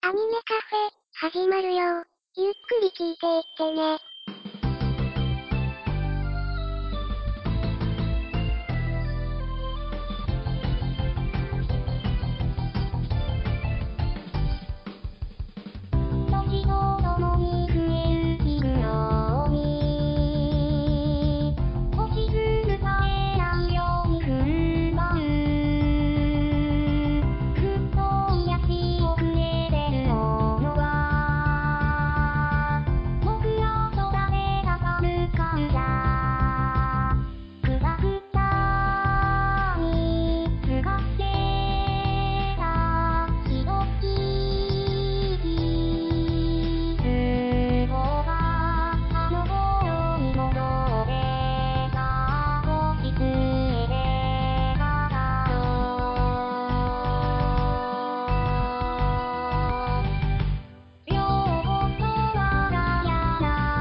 アニメカフェ、始まるよ。ゆっくり聞いていってね。時とともに増えるイグノーに押しつぶされないように踏ん張るふっと癒し遅れてるものは僕らと誰がかむ感謝くらくたにすがってたひときりすごがあの頃に戻ってた星つえてただろう両言は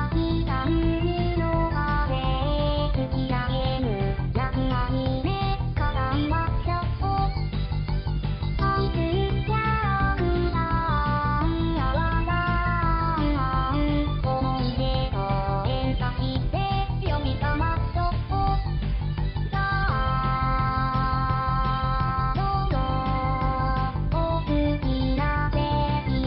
柳田海の風突き上げる泣き網で絡んだちょっと愛するキャラクターやわら思い出と連鎖して呼び覚まちょっと「さあどうぞお好きな席へ」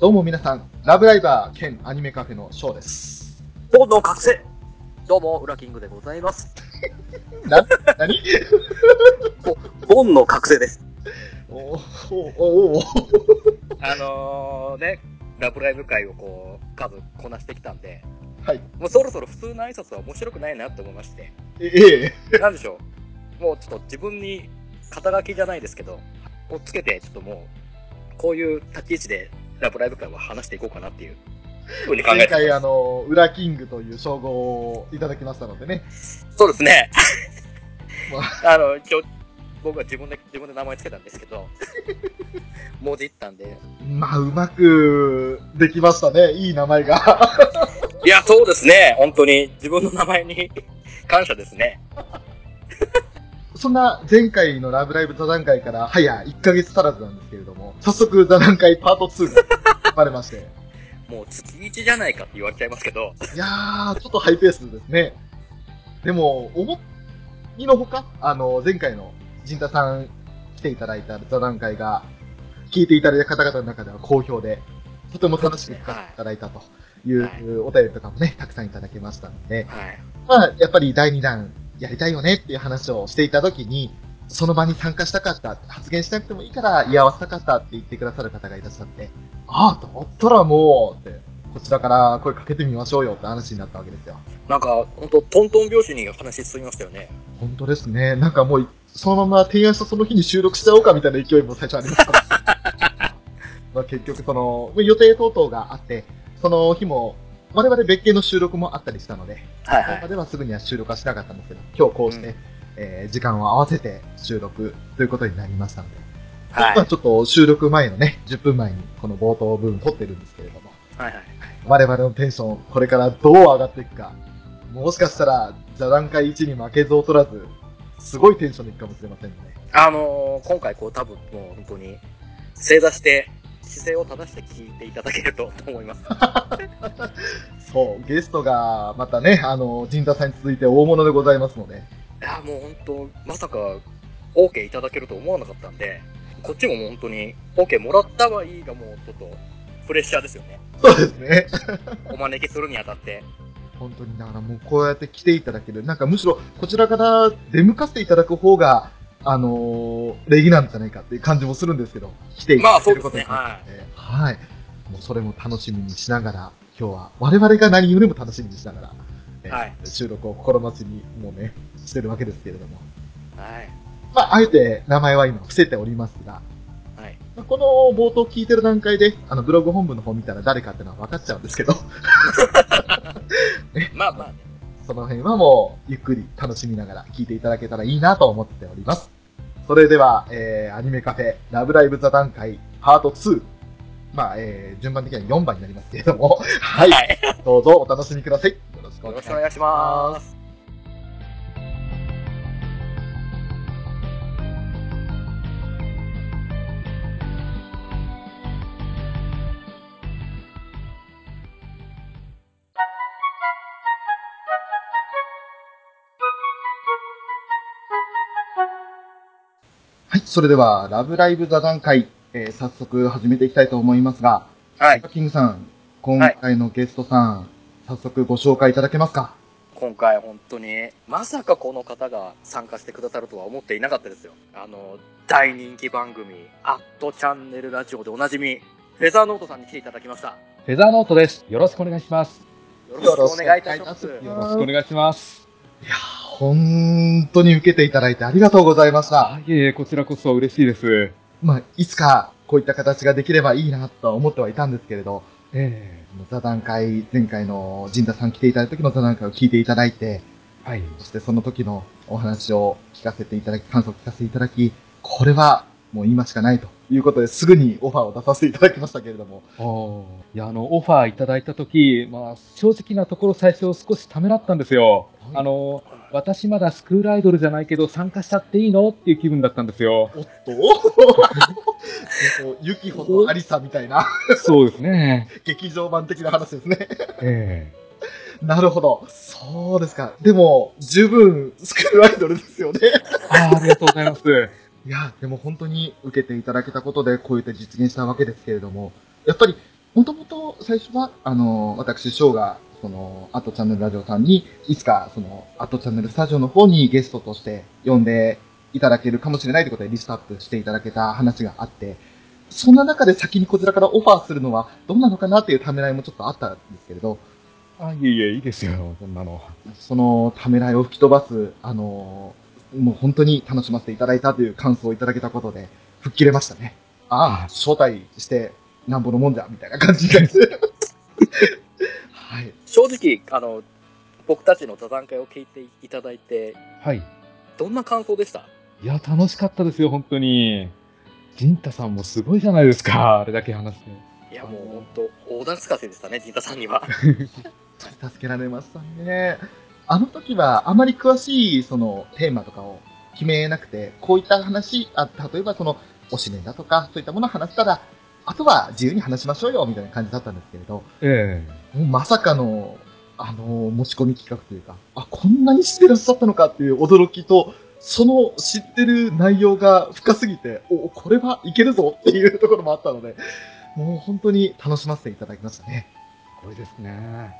どうも皆さん、ラブライバー兼アニメカフェのショーです。本の覚醒どうも、ウラキングでございます。な、なに本の覚醒です。おーおーおーあのー、ね、ラブライブ会をこう、数こなしてきたんで、はい。もうそろそろ普通の挨拶は面白くないなって思いまして、え、えなんでしょう、もうちょっと自分に肩書きじゃないですけど、をつけて、ちょっともう、こういう立ち位置でラブライブ会は話していこうかなっていう、ふうに考え前てます回あの、ウラキングという称号をいただきましたのでね。そうですねもう。あの、一応、僕は自分で、自分で名前つけたんですけど、文字いったんで、まあ、うまくできましたね。いい名前が。 いや、そうですね。本当に、自分の名前に 感謝ですね。そんな前回のラブライブ座談会から早1ヶ月足らずなんですけれども、早速座談会パート2が生まれまして。もう月1じゃないかって言われちゃいますけど、いやー、ちょっとハイペースですね。でも、思いのほか、あの、前回の陣田さん来ていただいた座談会が、聞いていただいた方々の中では好評で、とても楽しく聞かせていただいたという、はいお便りとかもね、たくさんいただけましたので、はい。まあ、やっぱり第2弾やりたいよねっていう話をしていた時に、その場に参加したかった、発言しなくてもいいから居合わせたかったって言ってくださる方がいらっしゃって、ああ、だったらもう、って、こちらから声かけてみましょうよって話になったわけですよ。なんか、本当トントン拍子に話進みましたよね。本当ですね。なんかもう、そのまま提案したその日に収録しちゃおうかみたいな勢いも最初ありました。 まあ結局、その、予定等々があって、その日も、我々別件の収録もあったりしたので、はいその場。ではすぐには収録はしなかったんですけど、今日こうして、うんえー時間を合わせて収録ということになりましたので、はいまあ。ちょっと収録前のね、10分前にこの冒頭部分撮ってるんですけれども、はいはい。我々のテンション、これからどう上がっていくか、もしかしたら座談会1に負けず劣らず、すごいテンションでいくかもしれませんので、あのー今回こう多分もう本当に、正座して、姿勢を正して聞いていただけると思い ます。そう、ゲストがまたね、あの、陣田さんに続いて大物でございますので、いや、もう本当、まさか、OK いただけると思わなかったんで、こっちももう本当に、OK もらったはいいが、もうちょっと、プレッシャーですよね。そうですね。お招きするにあたって。本当にだからもうこうやって来ていただける、なんかむしろこちらから出向かせていただく方が、あのー礼儀なんじゃないかっていう感じもするんですけど、来ていただけることになって、はい、もうそれも楽しみにしながら、今日は我々が何よりも楽しみにしながら、えーはい収録を心待ちにもうね、してるわけですけれども、はい。まあ、あえて名前は今伏せておりますが、はい。まあこの冒頭聞いてる段階で、あのブログ本部の方見たら誰かってのは分かっちゃうんですけど、まあまあね。その辺はもう、ゆっくり楽しみながら聞いていただけたらいいなと思っております。それでは、えー、アニメカフェ、ラブライブ座談会、パート2、まあ、えー、順番的には4番になりますけれども、はい、はいどうぞお楽しみください。よろしくおよ願ろいししくおます。願いします。はい、それでは、ラブライブ座談会、えー、早速始めていきたいと思いますが、はい。キングさん、今回のゲストさん、早速ご紹介いただけますか今回本当に、まさかこの方が参加してくださるとは思っていなかったですよ。あの、大人気番組、アットチャンネルラジオでおなじみ、フェザーノートさんに来ていただきました。フェザーノートです。よろしくお願いします。よろしくお願いいたします。よよろしくお願いします。本当に受けていただいてありがとうございました。あ、いえいえ、こちらこそ嬉しいです。まあ、いつかこういった形ができればいいなとは思ってはいたんですけれど、え座談会、前回の陣田さん来ていただいた時の座談会を聞いていただいて、えはい。そしてその時のお話を聞かせていただき、感想を聞かせていただき、これはもう今しかないということですぐにオファーを出させていただきましたけれども、おいや、あの、オファーいただいたとき、まあ、正直なところ最初少しためらったんですよ。はいあの、私まだスクールアイドルじゃないけど参加しちゃっていいのっていう気分だったんですよ。おっとえっと、ゆきほとありさみたいな、 そうですね。劇場版的な話ですね。ええなるほど。そうですか。でも、十分スクールアイドルですよね。ああ、ありがとうございます。いや、でも本当に受けていただけたことで、こういった実現したわけですけれども、やっぱり、もともと最初は、あの、私、翔が、その、アットチャンネルラジオさんに、いつか、その、アットチャンネルスタジオの方にゲストとして呼んでいただけるかもしれないということでリストアップしていただけた話があって、そんな中で先にこちらからオファーするのはどうなのかなっていうためらいもちょっとあったんですけれど、 あ、いえいえ、いいですよ、そんなの。そのためらいを吹き飛ばす、あのーもう本当に楽しませていただいたという感想をいただけたことで、吹っ切れましたね。ああ、招待して、なんぼのもんじゃ、みたいな感じです。はい。正直、あの、僕たちの座談会を聞いていただいて、はい。どんな感想でしたいや、楽しかったですよ、本当に。ジンタさんもすごいじゃないですか、あれだけ話して。いや、もう本当、大田つかせでしたね、陣田さんには。助けられましたね。あの時は、あまり詳しい、その、テーマとかを決めなくて、こういった話、あ例えば、その、おしめだとか、そういったものを話したら、あとは自由に話しましょうよ、みたいな感じだったんですけれど、ええもうまさかの、あのー持ち込み企画というか、あ、こんなに知ってらっしゃったのかっていう驚きと、その知ってる内容が深すぎて、お、これはいけるぞっていうところもあったので、もう本当に楽しませていただきましたね。これですね。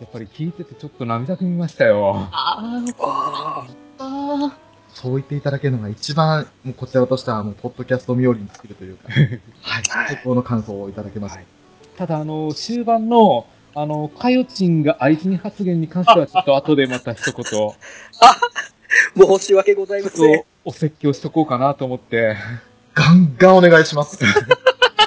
やっぱり聞いててちょっと涙ぐみましたよ。あー、ああそう言っていただけるのが一番、もうこちらとしては、もう、ポッドキャスト冥利に尽きると いうか、はい、最高の感想をいただけました。ただ、あの、終盤の、あの、かよちんが愛人発言に関しては、ちょっと後でまた一言、ちょあ、申し訳ございまっせんと。お説教しとこうかなと思って、ガンガンお願いします。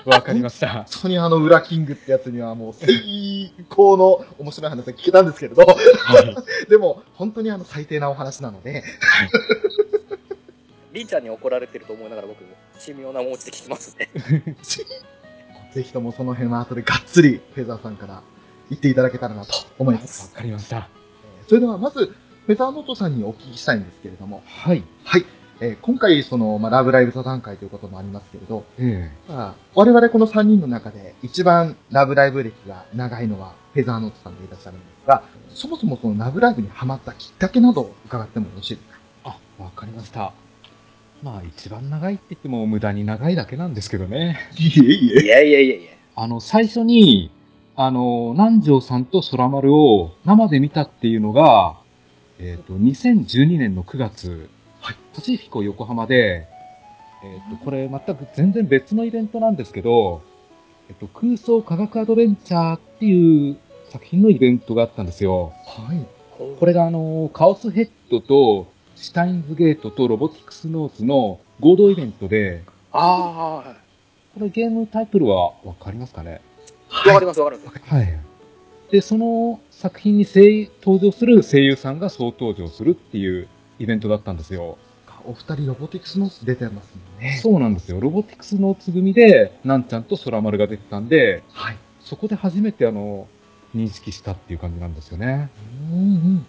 わかりました。本当にあの、裏キングってやつにはもう最高の面白い話が聞けたんですけれど、はい。でも本当にあの、最低なお話なので、りんちゃんに怒られてると思いながら僕、神妙なお持ちで聞きますね。ぜひともその辺は後でがっつりフェザーさんから言っていただけたらなと思いまわす。かりました。えーそれではまず、フェザーノートさんにお聞きしたいんですけれども、はい。はい。えー今回、その、まあ、ラブライブ座談会ということもありますけれど、えまあ、我々この3人の中で一番ラブライブ歴が長いのはフェザーノートさんでいらっしゃるんですが、そもそもそのラブライブにハマったきっかけなどを伺ってもよろしいですかえあ、わかりました。まあ、一番長いって言っても無駄に長いだけなんですけどね。いえいい。やいやいやいや。あの、最初に、あの、南條さんと空丸を生で見たっていうのが、えっ、と、2012年の9月、はいパシフィコ横浜で、えっ、と、これ全く全然別のイベントなんですけど、えっ、と、空想科学アドベンチャーっていう作品のイベントがあったんですよ。はい。これがあの、カオスヘッドと、シュタインズゲートとロボティクスノーズの合同イベントで、あこれゲームタイトルはわかりますかねあ、わかりますわかります。はい。で、その作品に声優登場する声優さんが総登場するっていうイベントだったんですよ。お二人ロボティクスの出てますもんね。そうなんですよ。ロボティクスのつぐみで、なんちゃんと空丸が出てたんで、はい。そこで初めてあの、認識したっていう感じなんですよね。うんうん。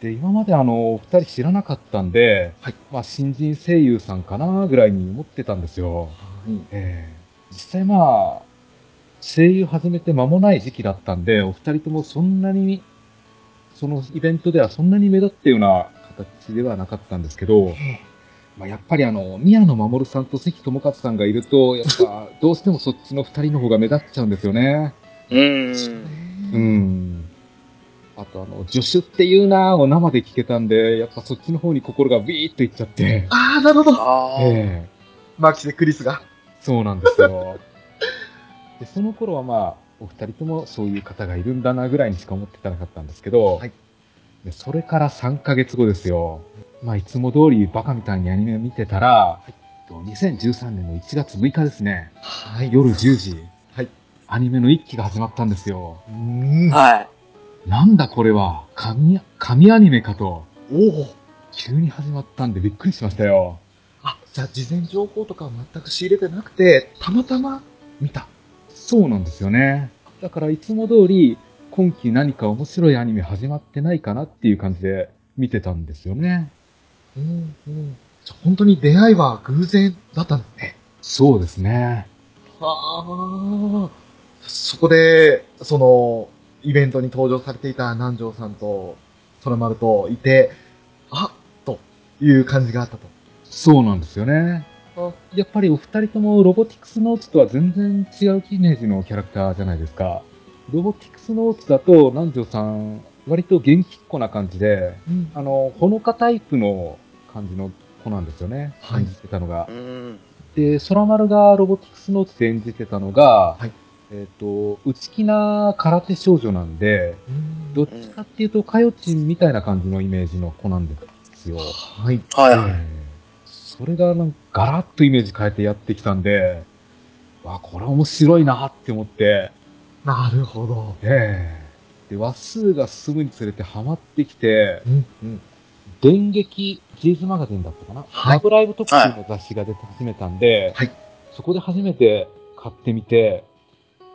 で、今まであの、お二人知らなかったんで、はいまあ、新人声優さんかなぐらいに思ってたんですよ。はい。ええ実際まあ、声優始めて間もない時期だったんで、お二人ともそんなに、そのイベントではそんなに目立ったような形ではなかったんですけど、まあ、やっぱりあの、宮野守さんと関智和さんがいると、やっぱ どうしてもそっちの二人の方が目立っちゃうんですよね。うん。うん。あとあの、助手っていうなぁを生で聞けたんで、やっぱそっちの方に心がビーッといっちゃって、ああ、なるほど。ああ。ええマキシでクリスが。そうなんですよ。 で、その頃はまあ、お二人ともそういう方がいるんだなぐらいにしか思ってなかったんですけど、はいでそれから3ヶ月後ですよ。まあ、いつも通りバカみたいにアニメ見てたら、と2013年の1月6日ですね、は。夜10時、はいアニメの1期が始まったんですよ。うん。はい。なんだこれは、神、神アニメかと、おお。急に始まったんでびっくりしましたよ。あ、じゃあ事前情報とかは全く仕入れてなくて、たまたま見た。そうなんですよね。だからいつも通り、今期何か面白いアニメ始まってないかなっていう感じで見てたんですよね。うんうん。じゃあ本当に出会いは偶然だったんですね。そうですね。はあ。そこで、その、イベントに登場されていた南條さんと、空丸といて、あという感じがあったと。そうなんですよね。やっぱりお二人ともロボティクスノーツとは全然違うイメージのキャラクターじゃないですか。ロボティクスノーツだと南條さん、割と元気っ子な感じで、うんあの、ほのかタイプの感じの子なんですよね。はい感じてたのが。うん。で、空丸がロボティクスノーツで演じてたのが、はいえっ、と、内気な空手少女なんで、どっちかっていうと、かよちんみたいな感じのイメージの子なんですよ。はい。はいえーそれがなんかガラッとイメージ変えてやってきたんで、わ、これ面白いなって思って、なるほど。ええで、話数が進むにつれてハマってきて、うん、うん。電撃、ジーズマガジンだったかな、はいラブライブ特集の雑誌が出て始めたんで、はいそこで初めて買ってみて、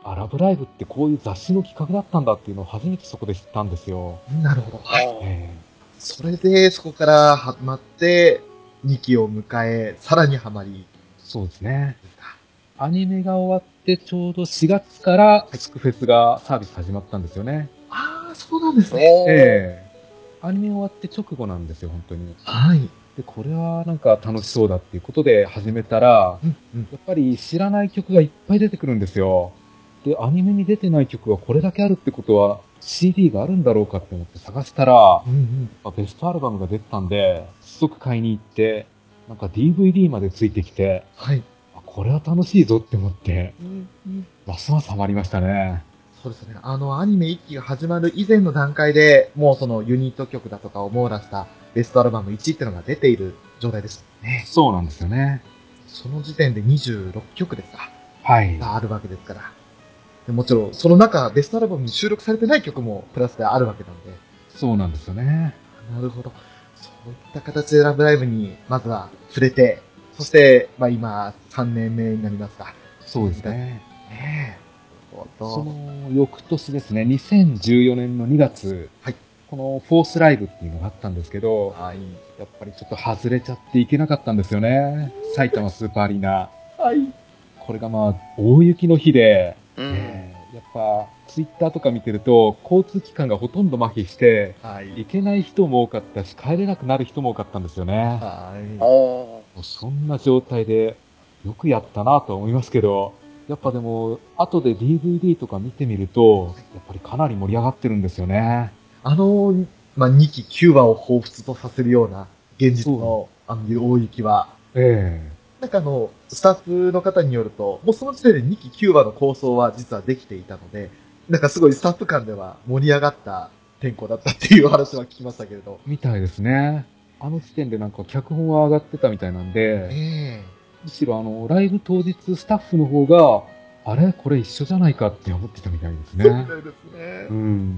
あ、ラブライブってこういう雑誌の企画だったんだっていうのを初めてそこで知ったんですよ。なるほど。はい。い。えそれで、そこから始まって、2期を迎え、さらにハマり。えそうですね。アニメが終わってちょうど4月からスクフェスがサービス始まったんですよね。ああ、そうなんですね。おーええアニメ終わって直後なんですよ、本当に。はい。で、これはなんか楽しそうだっていうことで始めたら、うん、うん。やっぱり知らない曲がいっぱい出てくるんですよ。で、アニメに出てない曲がこれだけあるってことは CD があるんだろうかって思って探したら、うん、うん。まあベストアルバムが出てたんで、早速買いに行って、なんか DVD までついてきて、はい。あこれは楽しいぞって思って、うん、うん。ますますハマりましたね。そうですね。あの、アニメ1期が始まる以前の段階で、もうそのユニット曲だとかを網羅したベストアルバム1ってのが出ている状態です。ね。そうなんですよね。その時点で26曲ですか。はい。があるわけですから。でもちろん、その中、ベストアルバムに収録されてない曲もプラスであるわけなんで。そうなんですよね。なるほど。そういった形でラブライブに、まずは触れて、そして、まあ今、3年目になりますか。そうですね。ねえ。なるそほど。の翌年ですね、2014年の2月、はいこのフォースライブっていうのがあったんですけど、はい。やっぱりちょっと外れちゃっていけなかったんですよね。埼玉スーパーアリーナ。はい。これがまあ、大雪の日で、うん。えーやっぱ、ツイッターとか見てると、交通機関がほとんど麻痺して、はい。行けない人も多かったし、帰れなくなる人も多かったんですよね。はおーもうそんな状態で、よくやったなとは思いますけど、やっぱでも、後で DVD とか見てみると、やっぱりかなり盛り上がってるんですよね。い。あの、まあ2期9話を彷彿とさせるような、現実の、あの、大雪は、えなんかあの、スタッフの方によると、もうその時点で2期9話の構想は実はできていたので、なんかすごいスタッフ間では盛り上がった天候だったっていう話は聞きましたけれど。みたいですね。あの時点でなんか脚本は上がってたみたいなんで、えむしろあの、ライブ当日スタッフの方が、あれこれ一緒じゃないかって思ってたみたいですえね。そうです うね。ん。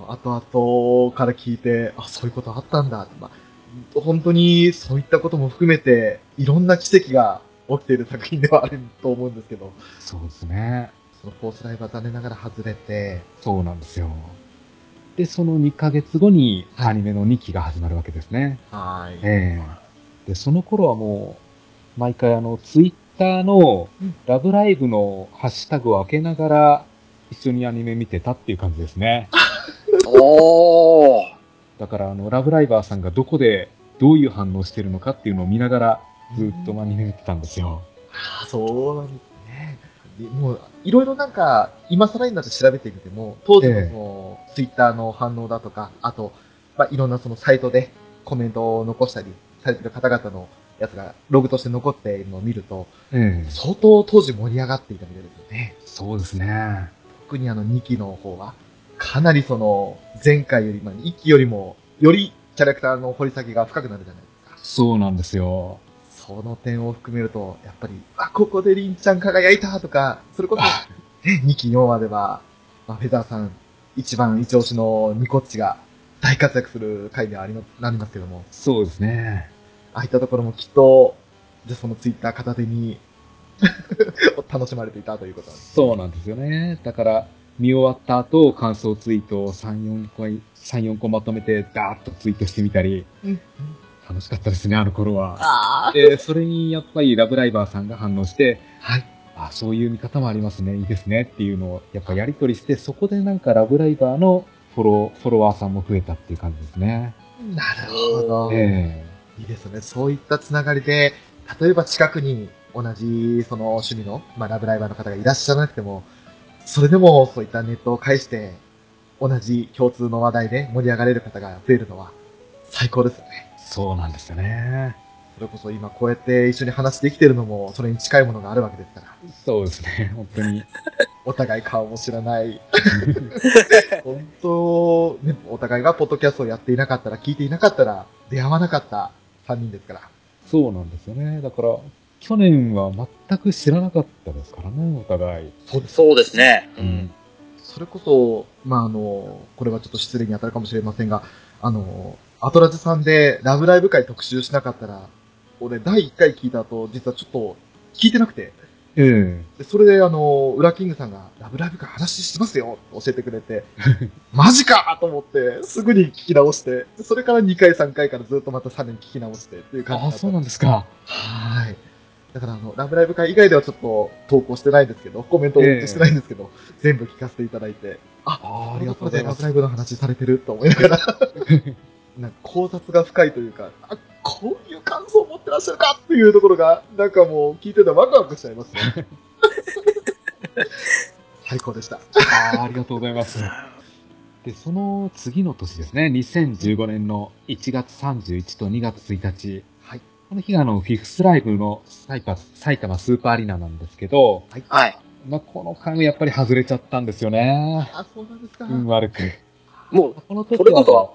もう後々から聞いて、あ、そういうことあったんだ。まあ、本当にそういったことも含めて、いろんな奇跡が起きている作品ではあると思うんですけど、そうですね。そのフォースライブは残念ながら外れて、そうなんですよ。で、その2ヶ月後にはいアニメの2期が始まるわけですね。はい。ええで、その頃はもう、毎回あの、ツイッターのうんラブライブのハッシュタグを開けながら、一緒にアニメ見てたっていう感じですね。おー。だからあの、ラブライバーさんがどこでどういう反応してるのかっていうのを見ながら、ずっとアニメ見てたんですよ。ああ、そうなんですね。でもう、いろいろなんか、今更になって調べてみても、当時のええその、ツイッターの反応だとか、あと、まあ、いろんなそのサイトでコメントを残したりされてる方々のやつがログとして残っているのを見ると、ええ相当当時盛り上がっていたみたいですよね。そうですね。特にあの2期の方は、かなりその、前回より、まあ、1期よりも、よりキャラクターの掘り下げが深くなるじゃないですか。そうなんですよ。その点を含めると、やっぱり、あ、ここでりんちゃん輝いたとか、それこあそ、ね、2期4話では、まあ、フェザーさん、一番一押しのニコッチが大活躍する回ではありまなりますけども、そうですね。ああいったところもきっと、じゃあそのツイッター片手に、 楽しまれていたということなんですそうなんですよね。だから、見終わった後、感想ツイートを3、4個、3、4個まとめて、ダーッとツイートしてみたり、うんうん楽しかったですね、あの頃は。あで、それにやっぱりラブライバーさんが反応して、はい。あ、そういう見方もありますね、いいですねっていうのを、やっぱやりとりして、そこでなんかラブライバーのフォロー、フォロワーさんも増えたっていう感じですね。あ、なるほど。えいいですね。そういったつながりで、例えば近くに同じその趣味の、まあ、ラブライバーの方がいらっしゃらなくても、それでもそういったネットを介して、同じ共通の話題で盛り上がれる方が増えるのは最高ですよえね。そうなんですよね。それこそ今こうやって一緒に話できてるのも、それに近いものがあるわけですから、そうですね、本当に。お互い顔も知ら ない。本当、ね、お互いがポッドキャストをやっていなかったら、聞いていなかったら、出会わなかった3人ですから。そうなんですよね。だから、去年は全く知らなかったですからね、お互い。そうですそうですね。ううんん。それこそ、まあ、あの、これはちょっと失礼に当たるかもしれませんが、あの、アトラジさんでラブライブ会特集しなかったら、俺第1回聞いた後、実はちょっと聞いてなくて、ええでそれであの、ウラキングさんがラブライブ会話してますよって教えてくれ て、マジかと思って、すぐに聞き直して、でそれから2回3回からずっとまたさらに聞き直してっていう感じだああ、ったそうなんですか。はい。だからあの、ラブライブ会以外ではちょっと投稿してないんですけど、コメントをしてないんですけど、全部聞かせていただいて、ああ、あありりががとうござとうございいま。ますす。ライブの話されてると思いな がら、なんか考察が深いというか、あ、こういう感想を持ってらっしゃるかっていうところが、なんかもう聞いててワクワクしちゃいます ね。最高でした。ああ、ありがとうございます。 で、その次の年ですね、2015年の1月31と2月1日。はい。この日があの、フィフスライブの埼玉埼玉スーパーアリーナなんですけど、はい。まあ、この回もやっぱり外れちゃったんですよね。あ、そうなんですか。運悪く。もこのう、時それこそ、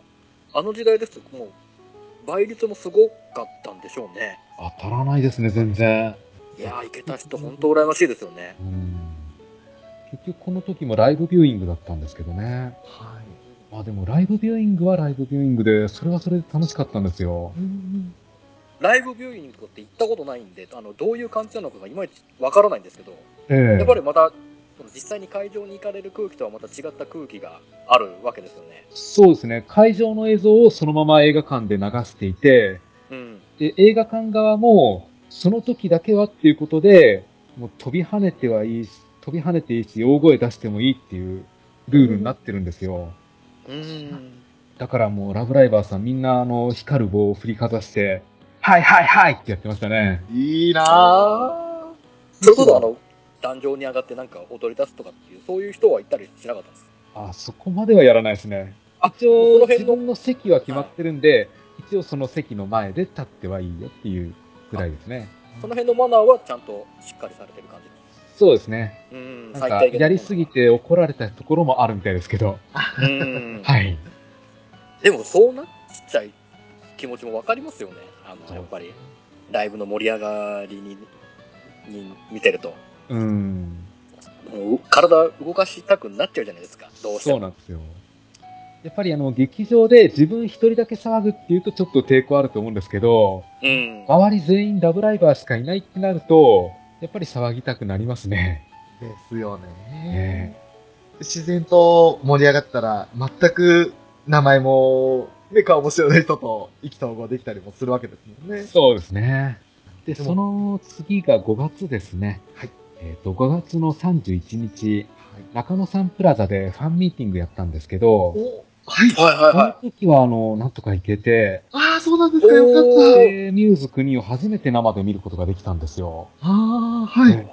あの時代ですと、もう、倍率もすごかったんでしょうね。当たらないですね、全然。いやー、行けた人、本当羨ましいですよね。うん結局この時もライブビューイングだったんですけどね。はい。まあでもライブビューイングはライブビューイングで、それはそれで楽しかったんですよ。ライブビューイングとかって行ったことないんで、あの、どういう感じなのかがいまいちわからないんですけど、ええやっぱりまた、その実際に会場に行かれる空気とはまた違った空気があるわけですよね。そうですね。会場の映像をそのまま映画館で流していて、うん。で、映画館側も、その時だけはっていうことで、もう飛び跳ねてはいいし、飛び跳ねていいし、大声出してもいいっていうルールになってるんですよ。うん。だからもう、ラブライバーさんみんな、あの、光る棒を振りかざして、はいはいはいってやってましたね。いいなぁ。それこそ、あの、壇上に上がってなんか踊り出すとかっていう、そういう人は行ったりしなかったんですかあ、そこまではやらないですね。あ一応そ、の辺自の分の席は決まってるんで、一応その席の前で立ってはいいよっていうぐらいですね。その辺のマナーはちゃんとしっかりされてる感じそうですね。うんなんか、やりすぎ。て怒られたところもあるみたいですけど。最低限のうんはい。でもそうなっちゃい気持ちもわかりますよね。あそうの、やっぱり、ライブの盛り上がりに、に見てると。うん。もう体動かしたくなっちゃうじゃないですか。どうしてそうも。なんですよ。やっぱりあの、劇場で自分一人だけ騒ぐっていうとちょっと抵抗あると思うんですけど、うん。周り全員ダブライバーしかいないってなると、やっぱり騒ぎたくなりますね。ですよね。ね自然と盛り上がったら、全く名前も、ね、顔も知らない人と意気投合できたりもするわけですもんね。そうですね。で、でもその次が5月ですね。はい。えっ、と、5月の31日、はい。中野サンプラザでファンミーティングやったんですけど、おはい。はいはいそのは時はあの、なんとか行けて、ああ、そうなんですか。よかおっーでミューズ国を初めて生で見ることができたんですよ。た。ああ、はねい。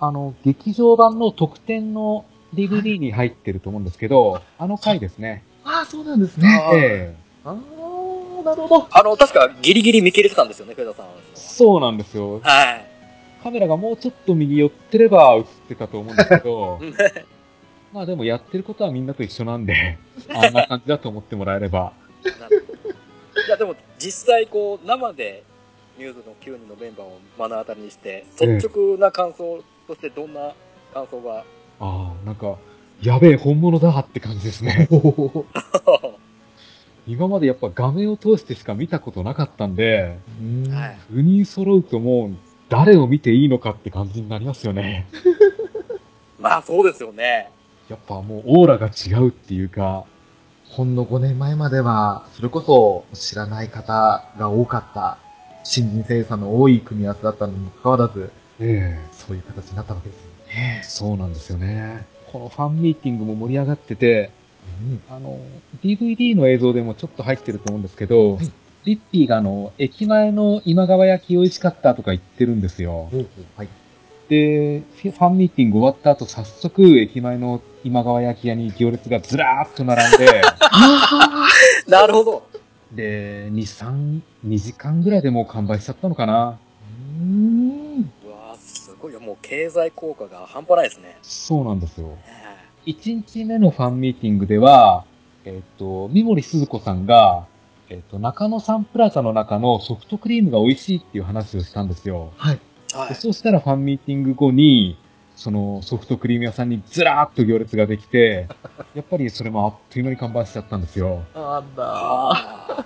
あの、劇場版の特典の DVD に入ってると思うんですけど、あの回ですね。ああ、そうなんですい。ね。あーええああ、なるほど。あの、確かギリギリ見切れてたんですよね、フェザーさんは。そうなんですよ。はい。カメラがもうちょっと右寄ってれば映ってたと思うんですけ どうん、まあでもやってることはみんなと一緒なんで、 あんな感じだと思ってもらえれば。なるほどいや、でも実際こう、生でミューズの9人のメンバーを目の当たりにして、率直な感想としてどんな感想が、ああ、なんか、やべえ、本物だって感じで すね。今までやっぱ画面を通してしか見たことなかったんで、うんはい。 9人揃うともう誰を見ていいのかって感じになりますよ ね。まあそうですよね。やっぱもうオーラが違うっていうか、ほんの5年前までは、それこそ知らない方が多かった、新人声優さんの多い組み合わせだったのにもかかわらず、えそういう形になったわけですよね。えそうなんですよね。このファンミーティングも盛り上がってて、うん。あの、DVD の映像でもちょっと入ってると思うんですけど、はいリッピーがあの、駅前の今川焼き美味しかったとか言ってるんですよ。ほうほうはい。で、ファンミーティング終わった後、早速、駅前の今川焼き屋に行列がずらーっと並んで、なるほど。で、2、3、2時間ぐらいでもう完売しちゃったのかな。うん。うわーすごい。いやもう経済効果が半端ないですね。そうなんですよ。ね1日目のファンミーティングでは、えっ、と、三森鈴子さんが、えっ、と、中野サンプラザの中のソフトクリームが美味しいっていう話をしたんですよ。はい。えはでい。そうしたらファンミーティング後に、そのソフトクリーム屋さんにずらーっと行列ができて、やっぱりそれもあっという間に完売しちゃったんですよ。あんだ。あ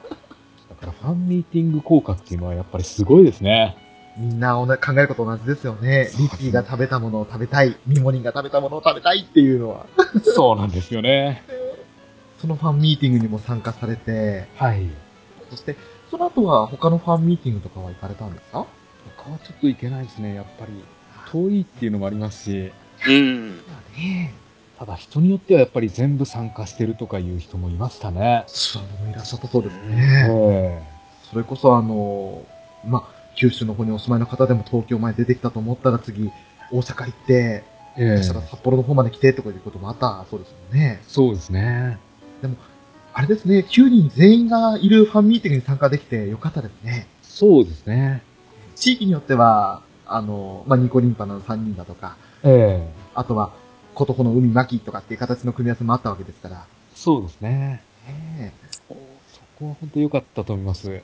だからファンミーティング効果っていうのはやっぱりすごいですね。みんなおな考えること同じですよね。リッピーが食べたものを食べたい、ミモリンが食べたものを食べたいっていうのは、そうなんですよね。そのファンミーティングにも参加されて、はい。そして、その後は他のファンミーティングとかは行かれたんですか他はちょっといけないですね、やっぱり。遠いっていうのもありますし、ーうん。ねただ人によってはやっぱり全部参加してるとかいう人もいましたね。スワムもいらっしゃったそうですえね。えそれこそあの、ま、九州の方にお住まいの方でも東京前出てきたと思ったら次、大阪行って、ええそしたら札幌の方まで来てとかいうこともあったそうですもんね。そうですね。あれですね、9人全員がいるファンミーティングに参加できてよかったですね。そうですね。地域によっては、あの、まあ、ニコリンパの3人だとか、ええあとは、ことほの海巻とかっていう形の組み合わせもあったわけですから。そうですね。ねえそこは本当良かったと思います。うん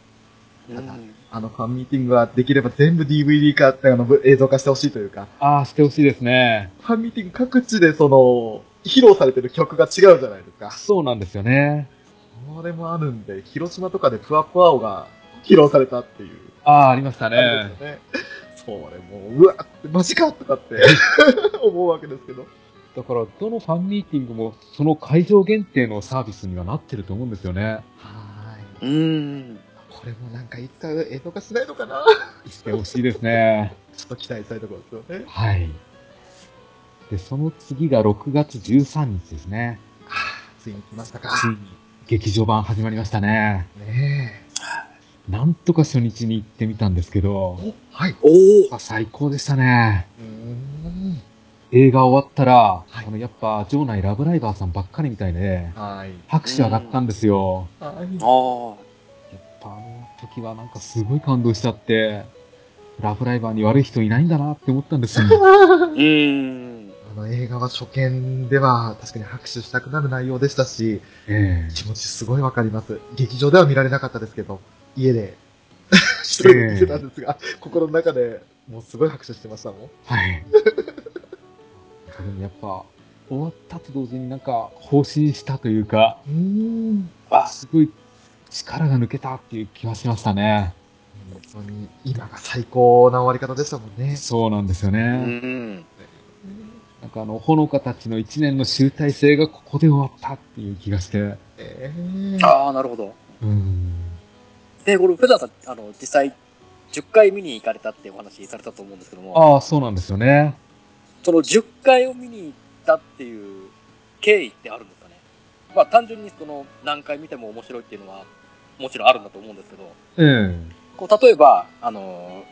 あのファンミーティングはできれば全部 DVD 化ってあの映像化してほしいというか、ああ、してほしいですね。ファンミーティング各地でその、披露されてる曲が違うじゃないですか。そうなんですよね。それもあるんで、広島とかでぷわぷわおが披露されたっていう。ああ、ありましたあれねで。すよね。それもう、うわマジかとかって 思うわけですけど。だから、どのファンミーティングも、その会場限定のサービスにはなってると思うんですよね。はーい。うん。これもなんかいつか映像化しないのかなしてほしいですね。ちょっと期待したいところですよね。はい。で、その次が6月13日ですね。あーついに来ましたか。ついに、劇場版始まりましたね。ねなんとか初日に行ってみたんですけど、え。お、はい。おお。あ最高でしたね。うーん。映画終わったら、はいあのやっぱ場内ラブライバーさんばっかりみたいで、はい。拍手上がったんですよ。はい。あやっぱあの時はなんかすごい感動しちゃって、ラブライバーに悪い人いないんだなって思ったんですよ。 あ。うん。あの映画は初見では確かに拍手したくなる内容でしたし、ええ気持ちすごいわかります。劇場では見られなかったですけど、家で、一人 で見てたんですが、心の中でもうすごい拍手してましたもん。はい。でもやっぱ、終わったと同時になんか、放心したというか、うーん。あすごい力が抜けたっていう気がしましたね。本当に、今が最高な終わり方でしたもんね。そうなんですようね。ん。なんかあの、ほのかたちの一年の集大成がここで終わったっていう気がして。ええああ、なるほど。うん。で、これ、普段さん、あの、実際、10回見に行かれたってお話されたと思うんですけども、ああ、そうなんですよね。その10回を見に行ったっていう経緯ってあるんですかねまあ、単純にその、何回見ても面白いっていうのは、もちろんあるんだと思うんですけど、ええ。こう例えば、あの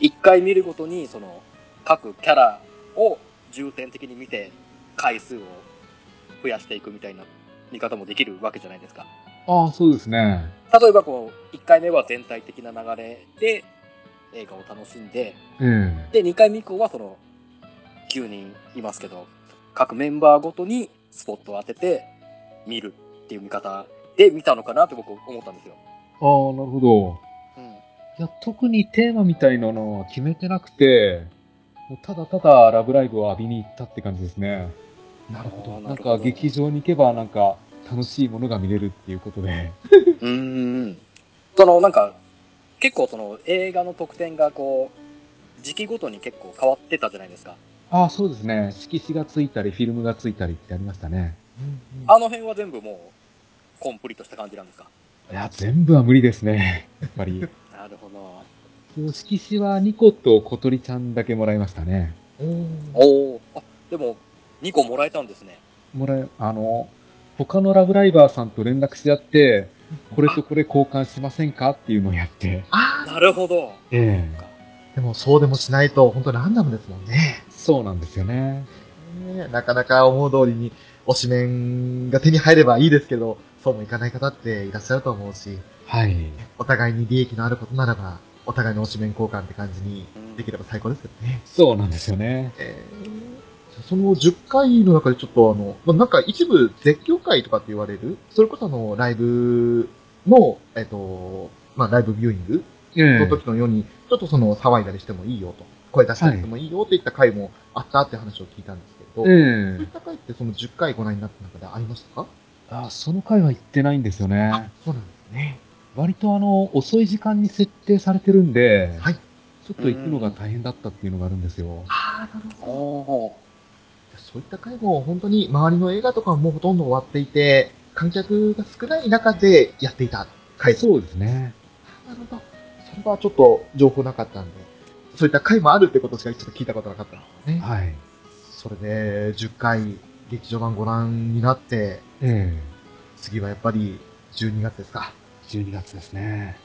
ー、1回見るごとに、その、各キャラを重点的に見て、回数を増やしていくみたいな見方もできるわけじゃないですか。ああ、そうですね。例えば、こう、1回目は全体的な流れで映画を楽しんで、ええ。で、2回目以降は、その、9人いますけど、各メンバーごとにスポットを当てて見るっていう見方で見たのかなって僕思ったんですよ。ああ、なるほど。うん。いや、特にテーマみたいなのは決めてなくて、もうただただラブライブを浴びに行ったって感じですね。なるほど。なんか劇場。場に行けばなんか楽しいものが見れるっていうことで。うーん。その、なんか、結構その映画の特典がこう、時期ごとに結構変わってたじゃないですか。ああ、そうですね。色紙がついたり、フィルムがついたりってありましたね。うんうんあの辺は全部もう、コンプリートした感じなんですかいや、全部は無理ですね。やっぱり。なるほど。色紙はニコと小鳥ちゃんだけもらいましたね。おーおお。あ、でも、2個もらえたんですね。もらえ、あの、他のラブライバーさんと連絡し合って、これとこれ交換しませんかっていうのをやって。あなるほど。ええーでもそうでもしないと、本当ランダムですもんね。そうなんですよね。ねなかなか思う通りに、推しメンが手に入ればいいですけど、そうもいかない方っていらっしゃると思うし、はい。お互いに利益のあることならば、お互いの推しメン交換って感じにできれば最高ですけどね。そうなんですよね。えーその10回の中でちょっとあの、まあ、なんか一部絶叫会とかって言われる、それこそあの、ライブの、えっ、と、まあ、ライブビューイングええの時のように、ちょっとその、騒いだりしてもいいよと、声出したりしてもいいよといった回もあったって話を聞いたんですけど、えそういえった回ってその10回ご覧になった中でありましたかあ、その回は行ってないんですよね。そうなんですね。割とあの、遅い時間に設定されてるんで、はいちょっと行くのが大変だったっていうのがあるんですよ。ああ、なるほど。おそういった回も本当に周りの映画とかはもうほとんど終わっていて、観客が少ない中でやっていた回そうですね。なるほど。それはちょっと情報なかったんで、そういった回もあるってことしかちょっと聞いたことなかったんですね。はい。それで、10回劇場版ご覧になって、ええ次はやっぱり12月ですか。 12月ですね。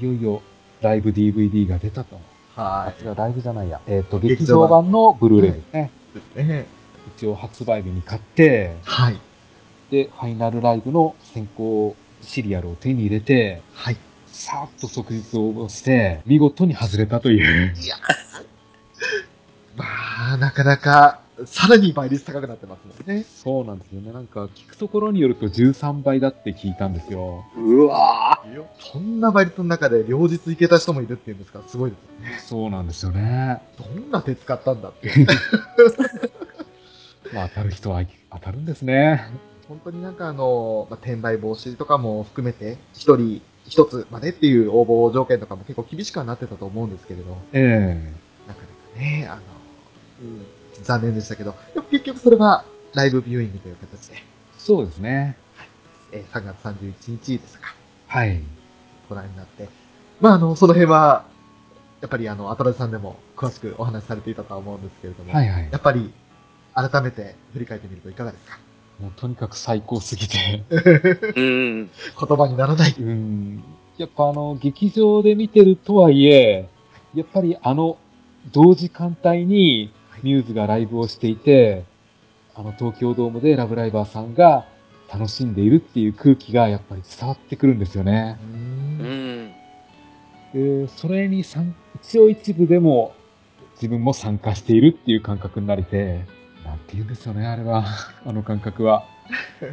いよいよライブ DVD が出たと。はあ、違う、ライブじゃないや。えっ、と、劇劇場場版版のブルーレイですね。い。ね、一応発売日に買って、はい。で、ファイナルライブの先行シリアルを手に入れて、はい。さーっと即日応募して、見事に外れたという。まあ、なかなか、さらに倍率高くなってますもんね。そうなんですよね。なんか、聞くところによると13倍だって聞いたんですよ。ーうわそんな倍率の中で両日行けた人もいるっていうんですから、すごいですよね。そうなんですよね。どんな手使ったんだって。まあ、当たる人は当たるんですね。本当になんかあの、まあ、転売防止とかも含めて、一人一つまでっていう応募条件とかも結構厳しくはなってたと思うんですけれど、えなかなかね、あの、うん、残念でしたけど、でも結局それはライブビューイングという形で、えそうですね。えー3月31日ですか、はい。ご覧になって、まああの、その辺は、やっぱりあの、アトラジさんでも詳しくお話しされていたとは思うんですけれども、はいはい。やっぱり改めて振り返ってみるといかがですか もうとにかく最高すぎて。ーうん。言葉にならない。うん。やっぱあの、劇場で見てるとはいえ、やっぱりあの、同時間帯にミューズがライブをしていて、あの、東京ドームでラブライバーさんが楽しんでいるっていう空気がやっぱり伝わってくるんですよね。うーんうん。でそれに参一応一部でも自分も参加しているっていう感覚になれて、なんて言うんですよね、あれは。 あの感覚は。やっ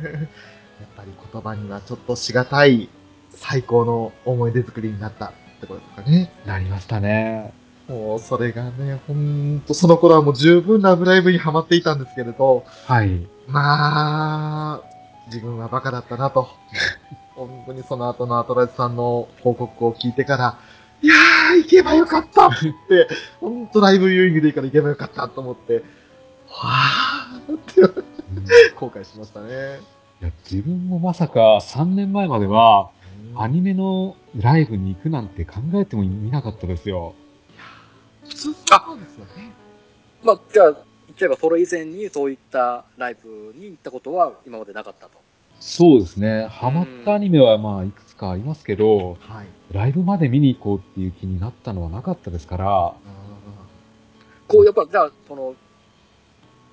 ぱり言葉にはちょっとしがたい最高の思い出作りになったってことですかね。なりましたね。もうそれがね、ほんと、その頃はもう十分ラブライブにハマっていたんですけれど、はい。まあ、自分はバカだったな と。本当にその後のアトラジさんの報告を聞いてから、いやー、行けばよかったって言って、ほんとライブユーイングでいいから行けばよかったと思って、はぁーってうん後悔しましたね。いや自分もまさか3年前まではアニメのライブに行くなんて考えてもみなかったですよ。普通そうなんですよね。まあ、じゃあ、言っちゃえばそれ以前にそういったライブに行ったことは今までなかったと。そうですね。ハマったアニメはまあいくつかありますけど、はい。ライブまで見に行こうっていう気になったのはなかったですから、こう、やっぱ、じゃあ、その、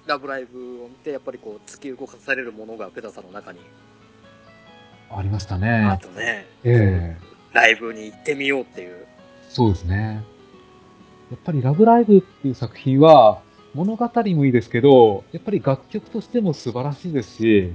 ラブライブを見て、やっぱりこう、突き動かされるものがペダさんの中にありましたあねっ。たね。ええライブに行ってみようっていう。そうですね。やっぱりラブライブっていう作品は物語もいいですけど、やっぱり楽曲としても素晴らしいですし、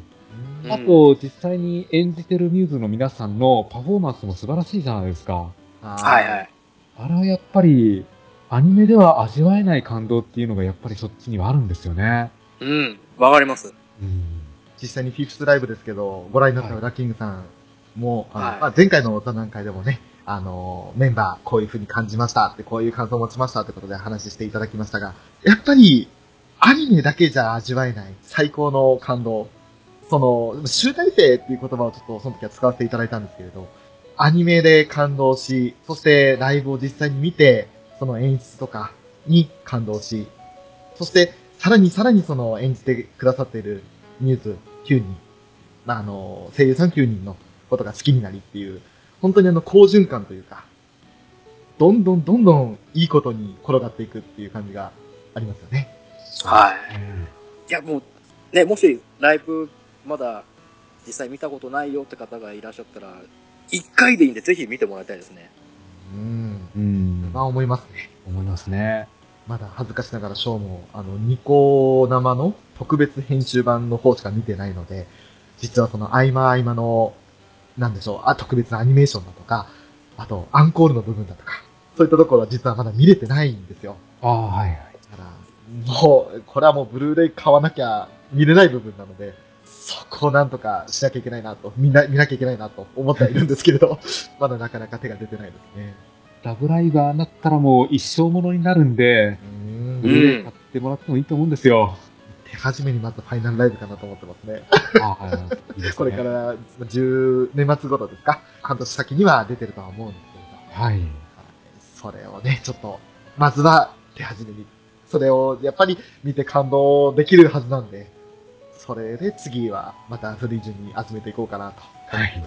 うん。あと実際に演じてるミューズの皆さんのパフォーマンスも素晴らしいじゃないですか。はいはいい。あれはやっぱり、アニメでは味わえない感動っていうのがやっぱりそっちにはあるんですよね。うん。わかります。うん。実際にフィフスライブですけど、ご覧になったはいウラキングさんも、あのはいまあ、前回の座談会でもね、あの、メンバーこういう風に感じましたって、こういう感想を持ちましたってことで話していただきましたが、やっぱり、アニメだけじゃ味わえない最高の感動。その、集大成っていう言葉をちょっとその時は使わせていただいたんですけれど、アニメで感動し、そしてライブを実際に見て、その演出とかに感動し、そしてさらにさらにその演じてくださっているミューズ9人、まあ、あの、声優さん9人のことが好きになりっていう、本当にあの、好循環というか、どんどんどんどんいいことに転がっていくっていう感じがありますよね。はい。いや、もう、ね、もし、ライブ、まだ、実際見たことないよって方がいらっしゃったら、一回でいいんで、ぜひ見てもらいたいですね。うん。うんまあ、思いますね。思いますね。まだ恥ずかしながらショーも、あの、ニコ生の特別編集版の方しか見てないので、実はその合間合間の、なんでしょう、あ、特別なアニメーションだとか、あと、アンコールの部分だとか、そういったところは実はまだ見れてないんですよ。ああ、はいはい。だから、もう、これはもうブルーレイ買わなきゃ見れない部分なので、そこをなんとかしなきゃいけないなと、みんな、見なきゃいけないなと思ってはいるんですけれど、 まだなかなか手が出てないですね。ラブライバーになったらもう一生ものになるんで、うんブ。ルーレイ買ってもらってもいいと思うんですよ。手始めにまずファイナルライブかなと思ってますね。ああ、いいですねこれか。ら、10年末頃ですか半年先には出てるとは思うんですけれど。はい。それをね、ちょっと、まずは手始めに。それをやっぱり見て感動できるはずなんで、それで次はまた古い順に集めていこうかなと。はい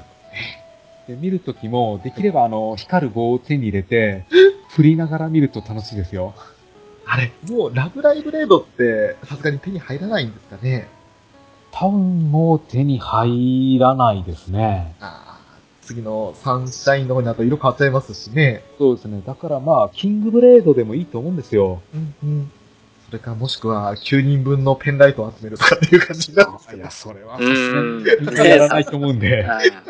で見るときも、できればあの、光る棒を手に入れて、振りながら見ると楽しいですよ。あれ、もうラブライブレードってさすがに手に入らないんですかね多分もう手に入らないですね。あー次のサンシャインの方になると色変わっちゃいますしね。そうですね。だからまあ、キングブレードでもいいと思うんですよ。うんうん。それかもしくは9人分のペンライトを集めるとかっていう感じになるんですけいど。や、それうはさすがにん。みんなやらないと思うんで。はいま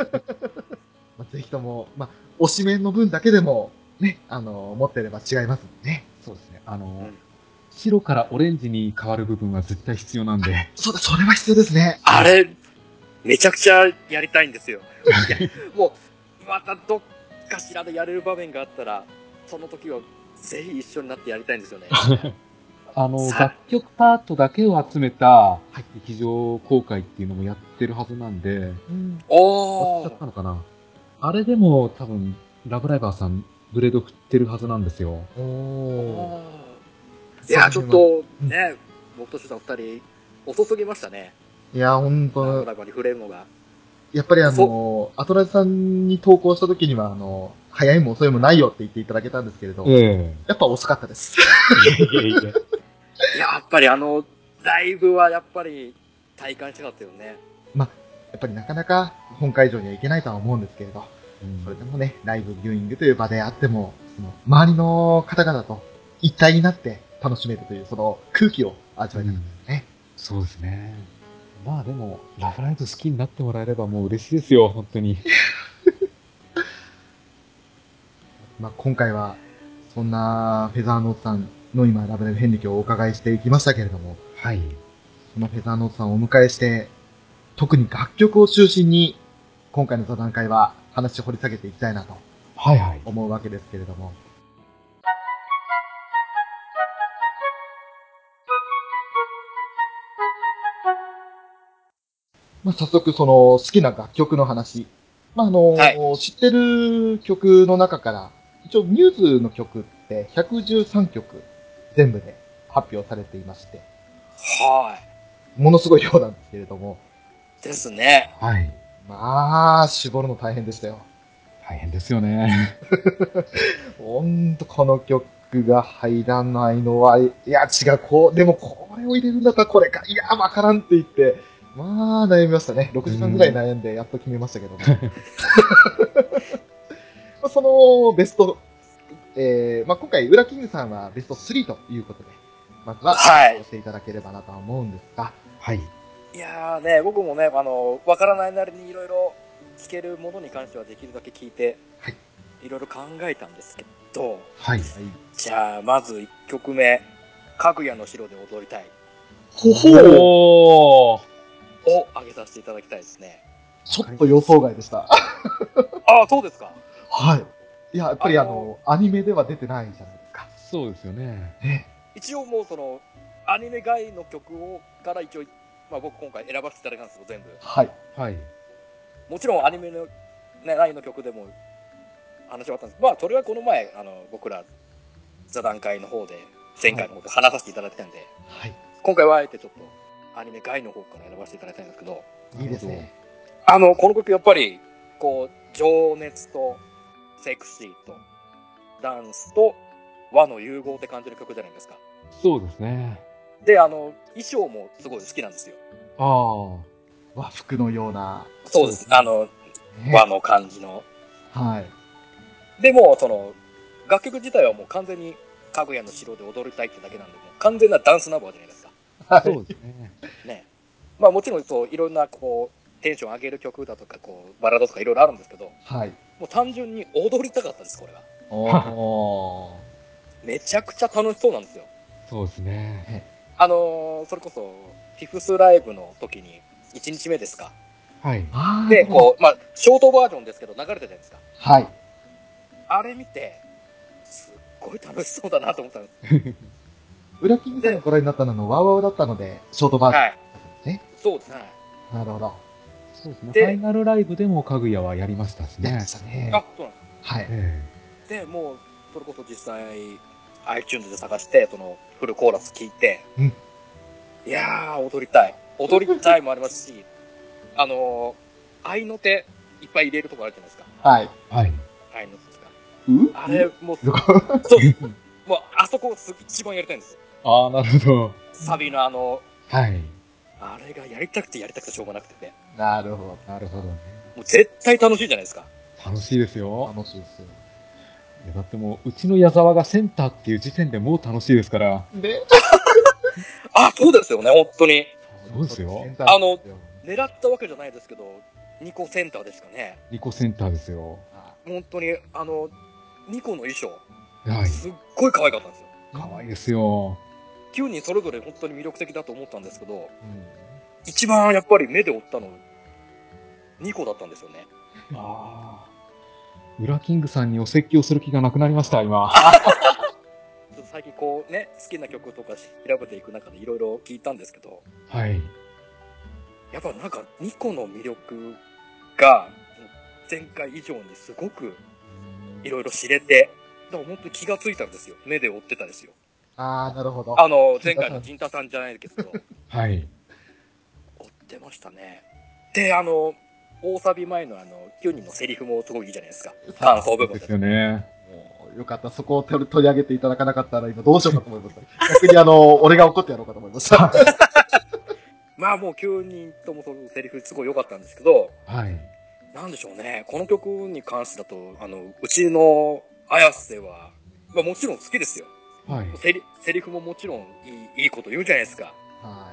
あぜひとも、まあ、推しメンの分だけでも、ね、あの、持ってれば違いますもんね。そうですね。あの、ん白からオレンジに変わる部分は絶対必要なんで。そうだ、それは必要ですね。あれ、めちゃくちゃやりたいん ですよ。もう、またどっかしらでやれる場面があったら、その時はぜひ一緒になってやりたいん ですよね。あの、さ楽曲パートだけを集めた劇場公開っていうのもやってるはずなんで、お終わっちゃっーたのかな。あれでも多分、ラブライバーさん、ブレード振ってるはずなんですよ。おおいや、ちょっ。とね、僕とシュさん二人、遅すぎましたね。いや、本ラブ当ライバーに触れるのが。やっぱりあの、アトラジさんに投稿した時には、あの、早いも遅いもないよって言っていただけたんですけれど、やえっぱ遅かったです。え。やっぱりあの、ライブはやっぱり体感してたってよね。やっぱりなかなか本会場には行けないとは思うんですけれど、それでもね、ライブビューイングという場であっても、その周りの方々と一体になって楽しめるという、その空気を味わいたかったですね。そうですね。まあでも、ラブライブ好きになってもらえればもう嬉しいですよ、本当に。まあ、今回は、そんなフェザーノートさんの今選ばれる遍歴をお伺いしていきましたけれども、はい。そのフェザーノートさんをお迎えして、特に楽曲を中心に、今回の座談会は話を掘り下げていきたいなとはいはい。思うわけですけれども。まあ、早速、その、好きな楽曲の話。まあ、あの、は知ってる曲の中から、一応、ミューズの曲って113曲全部で発表されていまして、はものすごい量なんですけれども、い。ですね。はい。まあ、絞るの大変でしたよ。大変ですよね。ほんと、この曲が入らないのは、いや、違う、こう、でもこれを入れるんだったらこれか、いや、わからんって言って、まあ、悩みましたね。6時間ぐらい悩んで、やっと決めましたけども。まあその、ベスト、えー、まあ、今回、ウラキングさんはベスト3ということで、まずは、はい押していただければなとは思うんですが、はい。いやーね、僕もね、あの、わからないなりにいろいろ聞けるものに関してはできるだけ聞いて、はい。ろいろ考えたんですけど、はい。じゃあ、まず1曲目。かぐやの城で踊りたい。ほおーを上げさせていただきたいですね。ちょっと予想外でした。ああ、そうですか。はい。いや、やっぱりああのの、アニメでは出てないじゃないですか。そうですよね。ね。一応もうその、アニメ外の曲を、から一応、まあ僕今回選ばせていただいたんですけど、全部。はい。はい。もちろんアニメの、ね、ラインの曲でも話はあったんですまあそれはこの前あの僕ら座談会の方で前回の方で話させていただいてたんで、はい。今回はあえてちょっとアニメ外の方から選ばせていただいたんですけどいいですね。あのこの曲やっぱりこう情熱とセクシーとダンスと和の融合って感じる曲じゃないですかそうですね。であの衣装もすごい好きなんですよああ。は和服のような、そうですあのね和の感じのはい。でもうその楽曲自体はもう完全に「かぐやの城で踊りたい」ってだけなんでもう完全なダンスナンバーじゃないですかそはうですね。ねまあもちろんそういろんなこうテンション上げる曲だとかこうバラードとかいろいろあるんですけどもい。はい。う単純に踊りたかったですこれはおー。めちゃくちゃ楽しそうなんですよそうですね。あのーそれこそフィフスライブの時に1日目ですかはい。あーでこうまあショートバージョンですけど流れてたじゃないですかはい。あれ見てすっごい楽しそうだなと思ったんです裏キングさんがご覧になったのはワーワウだったので、ショートバージョンはいねそうですねなるほど。そうですね。フでァイナルライブでもかぐやはやりましたしやりまねし。たね。あそうなんですはい。えでもうそれこそ実際 iTunes で探してそのフルコーラス聞いて、うんいやー踊りたい踊りたいもありますし あのー合いの手いっぱい入れるとこあるじゃないですかはい。えはい。合いの手とかうんあれもうすごい。そうもうあそこをす一番やりたいんですああ、なるほど。サビのあのはい。あれがやりたくてやりたくてしょうがなくてねなるほなるほどね。もう絶対楽しいじゃないですか楽しいですど。よ。楽しいですよ。いやだってもう、うちの矢沢がセンターっていう時点でもう楽しいですから。で、あそうですよね本当にそうですよあの狙ったわけじゃないですけど2個センターですかねリコセンターですよ。本当にあの2個の衣装はい。すっごい可愛かったんですよ。かわいいですよ。 9人それぞれ本当に魅力的だと思ったんですけど、うん一番やっぱり目で追ったの、2個だったんですよね。ああ。裏キングさんにお説教する気がなくなりました、今。ちょっと最近こうね、好きな曲とか調べていく中でいろいろ聞いたんですけど、はい。やっぱなんか2個の魅力が、前回以上にすごくいろいろ知れて、だから本当に気がついたんですよ。目で追ってたんですよ。あー、なるほど。あの、前回の陣太さんじゃないですけど、はい。追ってましたね。で、あの、大サビ前のあの、9人のセリフもすごいいいじゃないですか。感想部分でです すよね。もうよかった。そこを取り取り上げていただかなかったら今どうしようかと思いました。逆にあの、俺が怒ってやろうかと思いま した。まあもう9人ともそのセリフすごい良かったんですけど、はい。なんでしょうね。この曲に関してだと、あの、うちの綾瀬は、まあもちろん好きですよ。はい。セリセリフももちろんいいいいこと言うじゃないですか。は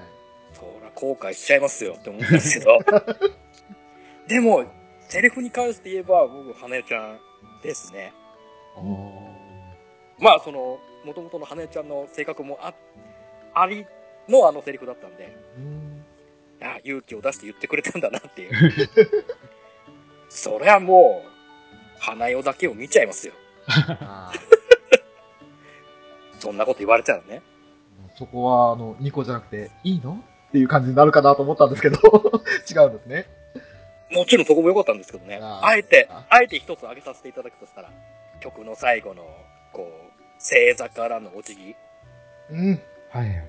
そら後悔しちゃいますよって思うんですけど。でも、セリフに関して言えば僕、花代ちゃんですね。ああ。まあそのもともとの花江ちゃんの性格もあありのあのセリフだったんでうんああ勇気を出して言ってくれたんだなっていうそりゃもう花代だけを見ちゃいますよあーそんなこと言われたらねそこは、あの、2個じゃなくて、いいのっていう感じになるかなと思ったんですけど、 違うんですね。もちろんそこも良かったんですけどねあああえてああえて一つ挙げさせていただくとしたら曲の最後のこう正座からのお辞儀うん。はいはい。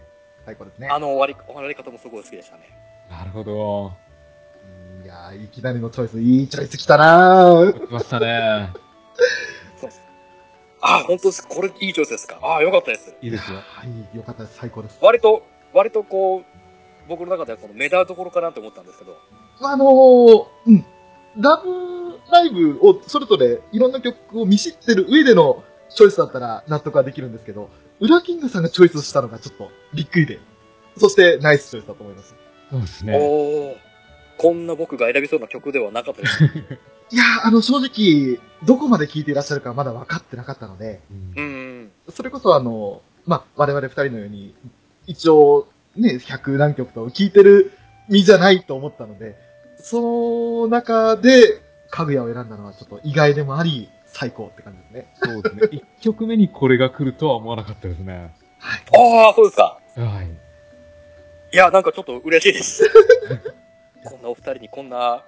最高ですね。あの終わり終わり方もすごい好きでしたねなるほど。うんいやーいきなりのチョイス、いいチョイスきたなー来ましたね。ああ本当ですこれいいチョイスですかああ良かったですいいですよ。はい、よかったです。最高です。割と割とこう僕の中ではこの目立うところかなと思ったんですけどあのー、うん。ラブライブをそれぞれいろんな曲を見知ってる上でのチョイスだったら納得はできるんですけど、ウラキングさんがチョイスしたのがちょっとびっくりで、そしてナイスチョイスだと思います。そうですおね。おこんな僕が選びそうな曲ではなかったです。いやーあの正直、どこまで聴いていらっしゃるかまだ分かってなかったので、うんうんうん。それこそあの、まあ、我々二人のように、一応、ね、100何曲と聴いてる身じゃないと思ったので、その中で、かぐやを選んだのはちょっと意外でもあり、最高って感じですね。そうですね。1曲目にこれが来るとは思わなかったですね。はい。ああ、そうですか。はい。いや、なんかちょっと嬉しいです。 こんなお二人にこんな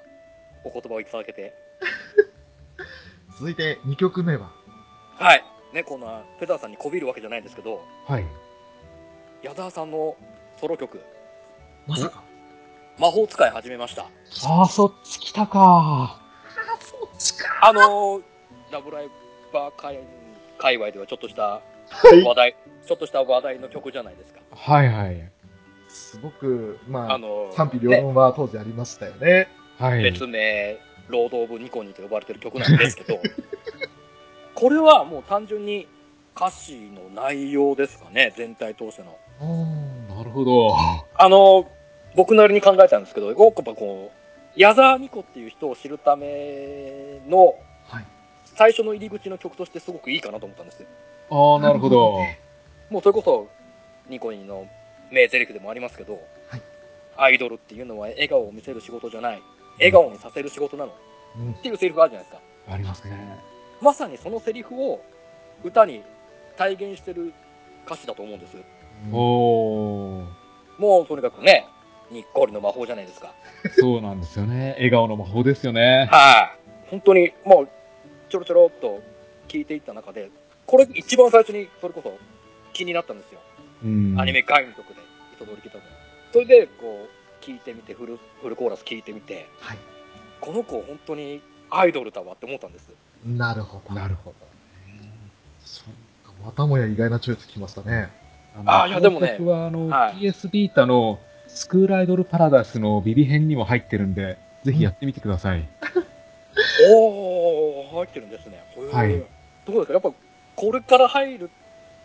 お言葉をいただけて。続いて2曲目は、はい。ね、こんな、ペザーさんにこびるわけじゃないんですけど、はい。矢沢さんのソロ曲、まさか。魔法使い始めました。ああ、そっち来たか。あのー、ラブライバー界界隈ではちょっとしたは話題、ちょっとした話題の曲じゃないですか。はいはい。い。すごく、まああ、のー、賛否両ね論は当時ありましたよね。はい。別名、ロード・オブ・ニコニと呼ばれてる曲なんですけど、 これはもう単純に歌詞の内容ですかね、全体通しての。ああ、なるほど。あの、僕なりに考えたんですけど、やっぱこう、矢沢ニコっていう人を知るためのはい。最初の入り口の曲としてすごくいいかなと思ったんですよ。ああ、なるほど。もうそれこそ、ニコニの名台詞でもありますけど、はいアイドルっていうのは笑顔を見せる仕事じゃない、笑顔にさせる仕事なの、うんっていうセリフがあるじゃないですか。 ありますね。まさにそのセリフを歌に体現してる歌詞だと思うんですよ。おお。もうとにかくね、にっこりの魔法じゃないですか。そうなんですよね。笑顔の魔法ですよね。はい。本当にもうちょろちょろっと聞いていった中で、これ一番最初にそれこそ気になったんですよ。うん。アニメ外の曲で一通り聞いたのに。それでこう聞いてみてフル、フルコーラス聞いてみて、はい。この子本当にアイドルだわって思ったんです。なるほど。なるほど。そっか、またもや意外なチョイスきましたね。あーいやでもね僕はあの、はい PS ビータのスクールアイドルパラダイスのビビ編にも入ってるんで、ぜひやってみてください。おー、入ってるんですね。へーはいどうですかやっぱ、これから入る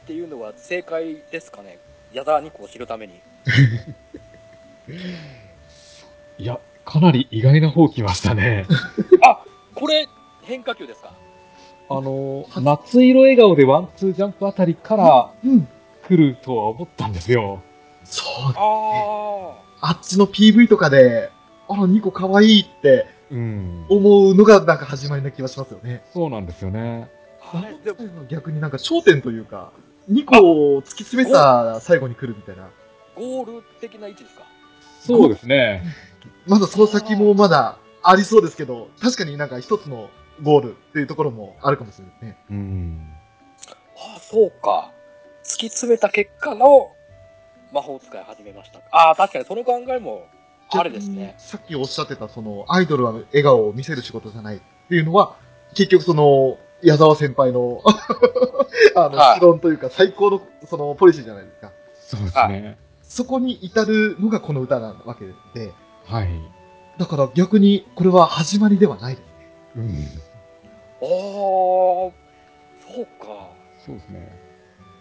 っていうのは正解ですかね矢沢ニコを知るために。いや、かなり意外な方来ましたね。あ、これ、変化球ですかあの、夏色笑顔でワンツージャンプあたりからうん。来るとは思ったんですよ。そうあー。あっちの PV とかで、あら、ニコ可愛いってうん。思うのがなんか始まりな気がしますよね。そうなんですよね。あれでも逆になんか焦点というか、ニコを突き詰めた最後に来るみたいな。ゴール的な位置ですかそうですね。まだその先もまだありそうですけど、確かになんか一つのゴールっていうところもあるかもしれないですね。うん。あ、そうか。突き詰めた結果の魔法使い始めました。あー、確かにその考えもあれですね逆。にさっきおっしゃってた、その、アイドルは笑顔を見せる仕事じゃないっていうのは、結局その、矢沢先輩の、 あの、はい指論というか、最高の、その、ポリシーじゃないですか。そうですね。そこに至るのがこの歌なわけで、はい。だから逆にこれは始まりではないです。うん。あー、そうか。そうですね。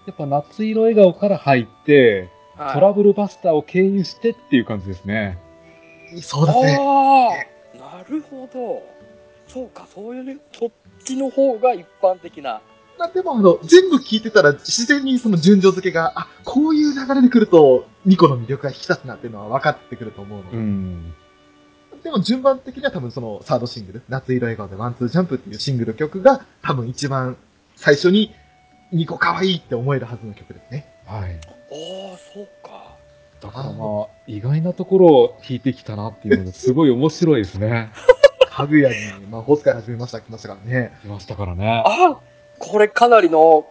やっぱ夏色笑顔から入って、はいトラブルバスターを経由してっていう感じですね。そうですね。ああ、なるほど。そうか、そういう、そっちの方が一般的な。まあ、でもあの、全部聞いてたら自然にその順序付けが、あ、こういう流れで来ると、ニコの魅力が引き立つなっていうのは分かってくると思うので。うん。でも順番的には多分そのサードシングル、夏色笑顔でワンツージャンプっていうシングル曲が多分一番最初にニコ可愛いって思えるはずの曲ですね。はい。ああ、そうか。だからまあ、意外なところを弾いてきたなっていうのがすごい面白いですね。かぐやに魔法使い始めました、来ましたからね。来ましたからね。あこれかなりの、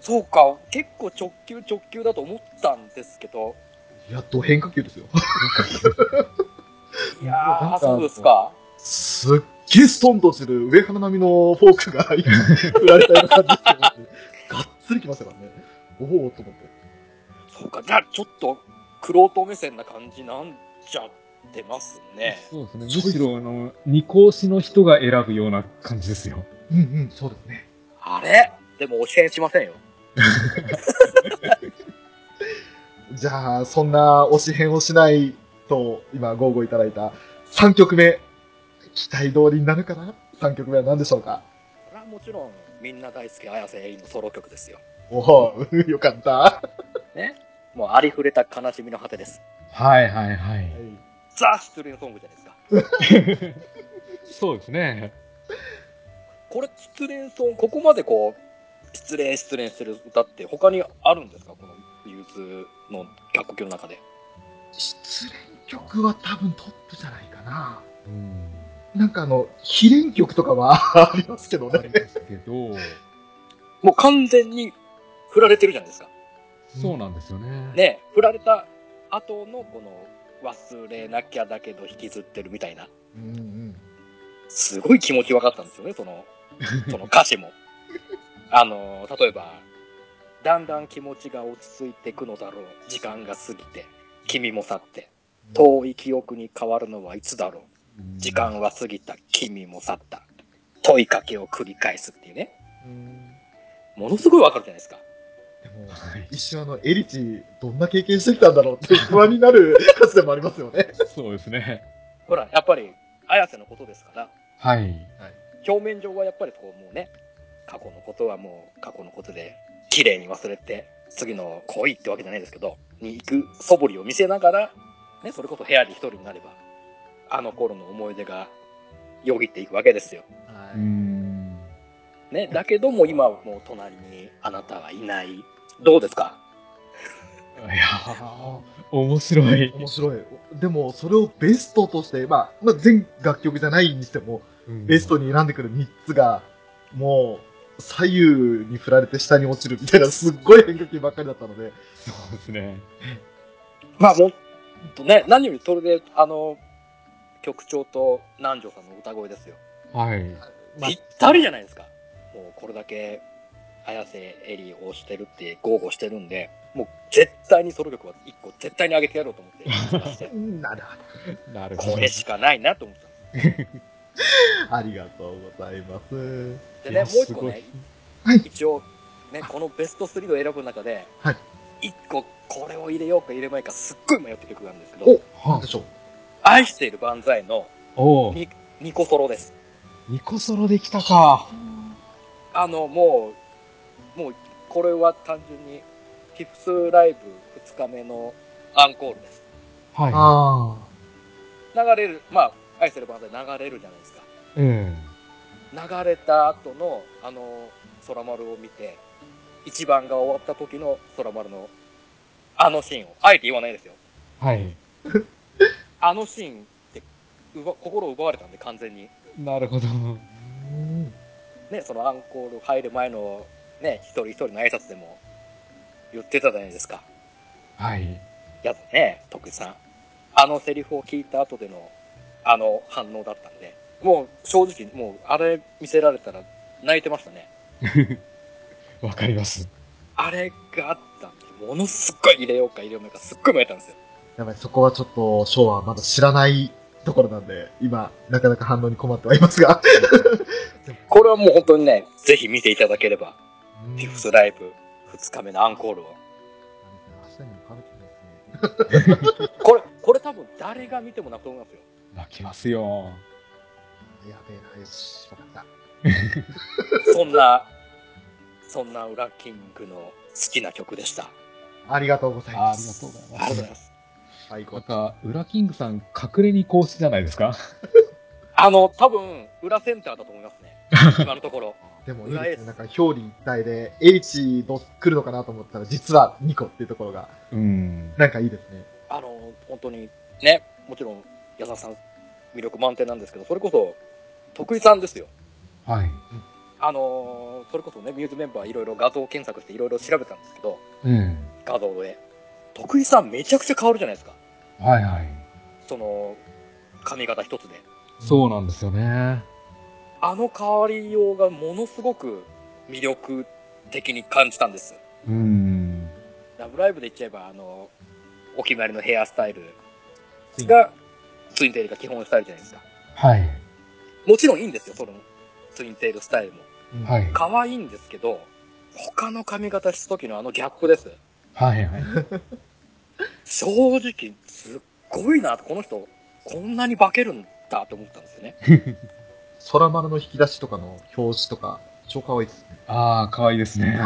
そうか、結構直球直球だと思ったんですけど。やっと変化球ですよ。いやなんー、かそうですか。すっげえストンとする上原並みのフォークが振られたような感じですけど、がっつり来ましたからね。おおと思って。そうか、じゃあちょっと、クロート目線な感じなんちゃってますね。そうですね。むしろ、あの、二講師の人が選ぶような感じですよ。うんうん、そうですね。あれでも教えしませんよ。じゃあ、そんな推し変をしないと、今、ご応募いただいた3曲目、期待通りになるかな ?3 曲目は何でしょうかこれはもちろん、みんな大好き、綾瀬エイのソロ曲ですよ。おお、よかった。はね。もうありふれた悲しみの果てです。はいはいはい。いザ・失恋ソングじゃないですか。そうですね。これ、失恋ソング、ここまでこう、失恋失恋してる歌って他にあるんですかこのユーズの楽曲の中で。失恋曲は多分トップじゃないかな。うん。なんかあの、非恋曲とかはありますけどありね。ますけど、もう完全に振られてるじゃないですか。そうなんですよね。ね振られた後のこの忘れなきゃだけど引きずってるみたいな。うんうん。すごい気持ち分かったんですよね、その、その歌詞も。あの、例えば、だんだん気持ちが落ち着いてくのだろう。時間が過ぎて、君も去って。遠い記憶に変わるのはいつだろうんう。時。間は過ぎた、君も去った。問いかけを繰り返すっていうね。ものすごい分かるじゃないですか。でも、はい。一瞬あの、エリチ、どんな経験してきたんだろう って不安になる歌詞でもありますよね。そうですね。ほら、やっぱり、綾瀬のことですから、はい。表面上はやっぱりこうもうね過去のことはもう過去のことで綺麗に忘れて次の恋ってわけじゃないですけどに行く素振りを見せながら、ね、それこそ部屋で一人になればあの頃の思い出がよぎっていくわけですよ、はう。ん。ね、だけども今はもう隣にあなたはいないどうですかいやー、面白い。面白い。でも、それをベストとして、まあ、まあ、全楽曲じゃないにしても、ベストに選んでくる3つが、もう、左右に振られて下に落ちるみたいな、すっごい変化球ばっかりだったので、そうですね。まあもっとね何よりそれであの曲調と南條さんの歌声ですよはい。まあぴったりじゃないですか。もうこれだけ、綾瀬エリーをしてるって、豪語してるんで、もう絶対にソロ曲は1個絶対に上げてやろうと思って、探 してなるほなるこれしかないなと思ってたんでど。ありがとうございます。す。でね、もういや1個ねす、はい一応、ね、このベスト3を選ぶ中で、はい1個これを入れようか入れまいかすっごい迷った曲があるんですけおど、なんはでしょう愛している万歳のおお、ニニコソロです。ニコソロできたか。あの、もう、もう、これは単純に、ヒプスライブ2日目のアンコールです。はあ流れる、まあ、愛するバンドで流れるじゃないですか。い。え流れた後の、あの、空丸を見て、一番が終わった時の空丸の、あのシーンを、あえて言わないですよ。え。はい。あのシーンって、うわ心を奪われたんで、完全に。なるほど。ね、そのアンコール入る前の、ね、一人一人の挨拶でも、言ってたじゃないですか。はい。やだね、徳井さん。あのセリフを聞いた後での、あの反応だったんで、もう正直、もうあれ見せられたら泣いてましたね。わかります。あれがあったんで、ものすっごい入れようか入れようか、すっごい迷ったんですよ。やばい、そこはちょっと、ショーはまだ知らないところなんで、今、なかなか反応に困ってはいますが。これはもう本当にね、ぜひ見ていただければ、ピフスライブ2日目のアンコールを。明日にもかぶってないですね。これ、これ多分誰が見ても泣くと思いますよ。泣きますよ。やべえな、よし、わかった。そんな、そんなウラキングの好きな曲でした。ありがとうございあまありがす。とうございありがとまうごす。ざいます。最なん高。か、ウラキングさん、隠れにこうしてじゃないですかあの、多分、裏センターだと思います ね。今のところ。でもいい裏エでーすスね。なんか表裏一体で、H ど来るのかなと思ったら、実は2個っていうところが、うん。なんかいいですね。あの、本当に、ね、もちろん、矢沢さん、魅力満点なんですけど、それこそ、徳井さんですよ。はい。あのーそれこそね、ミューズメンバーいろいろ画像検索していろいろ調べたんですけど、うん。画像で。徳井さんめちゃくちゃ変わるじゃないですか。はいはい。その、髪型一つで。そうなんですよね。あの変わりようがものすごく魅力的に感じたんです。うん。ラブライブで言っちゃえば、あの、お決まりのヘアスタイルが、ツインテールが基本スタイルじゃないですか。はい。もちろんいいんですよ、そのツインテールスタイルも。うんはい。可愛いんですけど、他の髪型した時のあのギャップです。はいはい。正直、すっごいな、この人、こんなに化けるんだと思ったんですよね。空丸の引き出しとかの表紙とか、超可愛いですね。ああ、可愛いですね。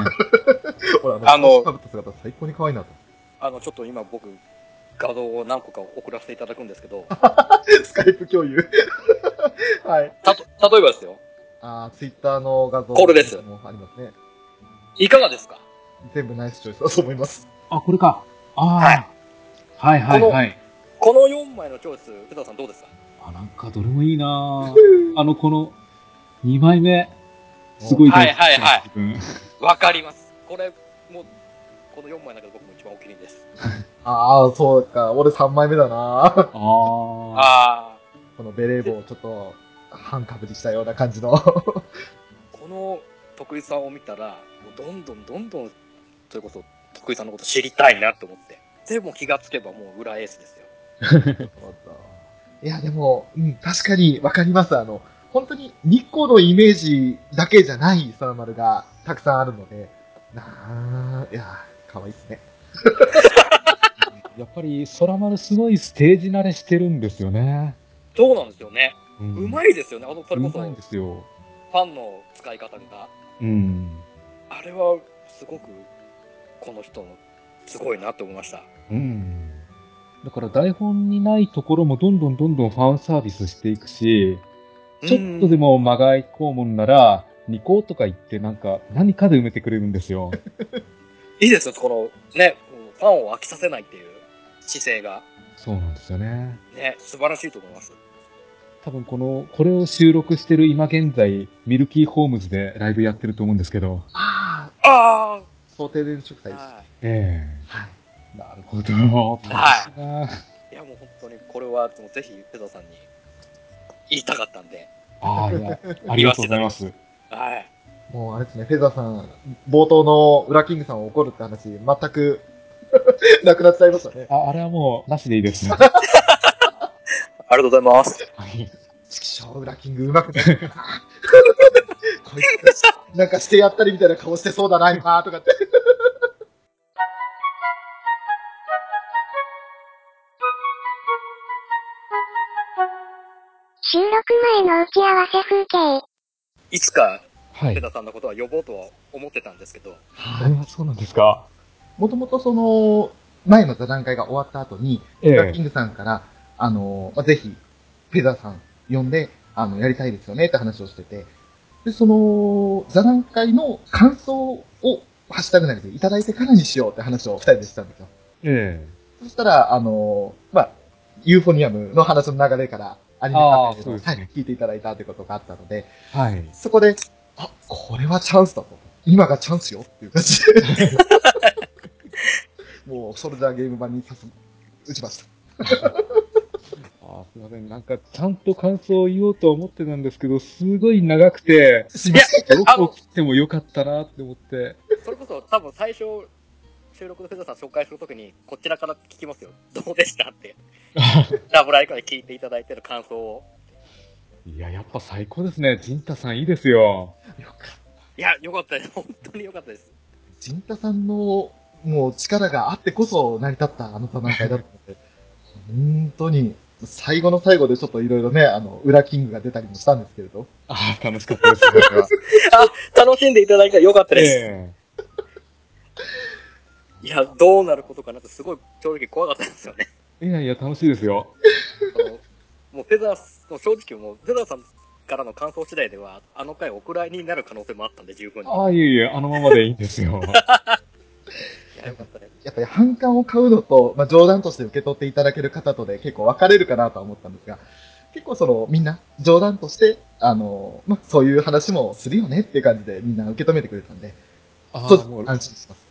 ほら、あの、あの帽子かぶった姿最高に可愛いなと。 あの、ちょっと今僕、画像を何個か送らせていただくんですけど、スカイプ共有。 はい。たと、例えばですよ、あツイッターの画像。これですもありますね。いかがですか全部ナイスチョイスだと思います。あ、これか。ああ。はいはいはい。この4枚のチョイス、工藤さんどうですかあ、なんかどれもいいなぁあの、この、2枚目、すごい大好きはいはいはい自分わかります。これ、もう、この4枚の中で僕も一番お気に入りです。ああ、そうか。俺3枚目だな。ああ。ああ。このベレー帽をちょっと、半かぶりしたような感じの。この徳井さんを見たら、もうどんどんどんどん、それこそ徳井さんのこと知りたいなと思って。でも気がつけばもう裏エースですよ。 いや、でも、うん、確かにわかります。あの、本当に日光のイメージだけじゃないサーマルがたくさんあるので、なあ、いや、可愛いですね。やっぱり、空丸すごいステージ慣れしてるんですよね。そうなんですよね。ううんまいですよね。あの、それこうそ、まいんフですよ。ァンの使い方が。うん。あれは、すごく、この人の、すごいなと思いました。うん。だから台本にないところもどんどんどんどんファンサービスしていくし、ちょっとでも間が空こうもんなら、ニコとか言ってなんか何かで埋めてくれるんですよ。いいですよ、この、ね、こうファンを飽きさせないっていう姿勢が。 そうなんですよね。ね、素晴らしいと思います。多分この、これを収録してる今現在、ミルキーホームズでライブやってると思うんですけど。ああ、あ想定電食あ、祭です。えはい。えなるほど。楽しいな。い。や、もう本当に、これは、もうぜひ、ペザさんに、言いたかったんで。ああ、いや、ありがとうございます。はい。もうあれですね、フェザーさん、冒頭のウラキングさんを怒るって話、全く、 なくなっちゃいましたね。あ、あれはもう、なしでいいです。はありがとうございます。い。ちくしょう、ウラキングうまくない こいつ、なんかしてやったりみたいな顔してそうだな、今、とかって。収録前の打ち合わせ風景。いつか、はペい。ダさんのことは呼ぼうとは思ってたんですけど、あれはそうなんですか。もともとその、前の座談会が終わった後に、えウラキえン。グさんから、あの、まあ、ぜひ、フェザーさん呼んで、あの、やりたいですよねって話をしてて、で、その、座談会の感想を、ハッシュタグなりでいただいてからにしようって話を二人でしたんですよ。えそしたら、あのーまあ、ユーフォニアムの話の流れから、アニメあカーフェそうの、ですねはい、聞いていただいたということがあったので、え。はい。そこで、あ、これはチャンスだと。今がチャンスよっていう感じで。もう、ソルジャーゲーム版に早速、打ちました。あすいません。なんか、ちゃんと感想を言おうと思ってたんですけど、すごい長くて、すいません。どこ切ってもよかったなって思って。それこそ多分最初、収録のペダさん紹介するときに、こちらから聞きますよ。 どうでした って。ラブライブから聞いていただいてる感想を。いや、やっぱ最高ですね。ジンタさんいいですよ。よかった。いや、よかったです。本当によかったです。ジンタさんの、もう力があってこそ成り立ったあの段階だったので、本当に、最後の最後でちょっといろいろね、あの、裏キングが出たりもしたんですけれど。ああ、楽しかったです、僕は。楽しんでいただいたらよかったです。えいや、どうなることかなってすごい正直怖かったんですよ ね。えいやいや、楽しいですよ。あのもうフェザー、もう正直もうフェザーさんからの感想次第では、あの回お蔵入りになる可能性もあったんで十分に。ああ、いえいえ、あのままでいいんです よ。いや、よかったです。やっぱり反感を買うのと、まあ、冗談として受け取っていただける方とで結構分かれるかなとは思ったんですが、結構その、みんな冗談として、あの、まあ、そういう話もするよねっていう感じでみんな受け止めてくれたんで、あそあ、もうう、安心します。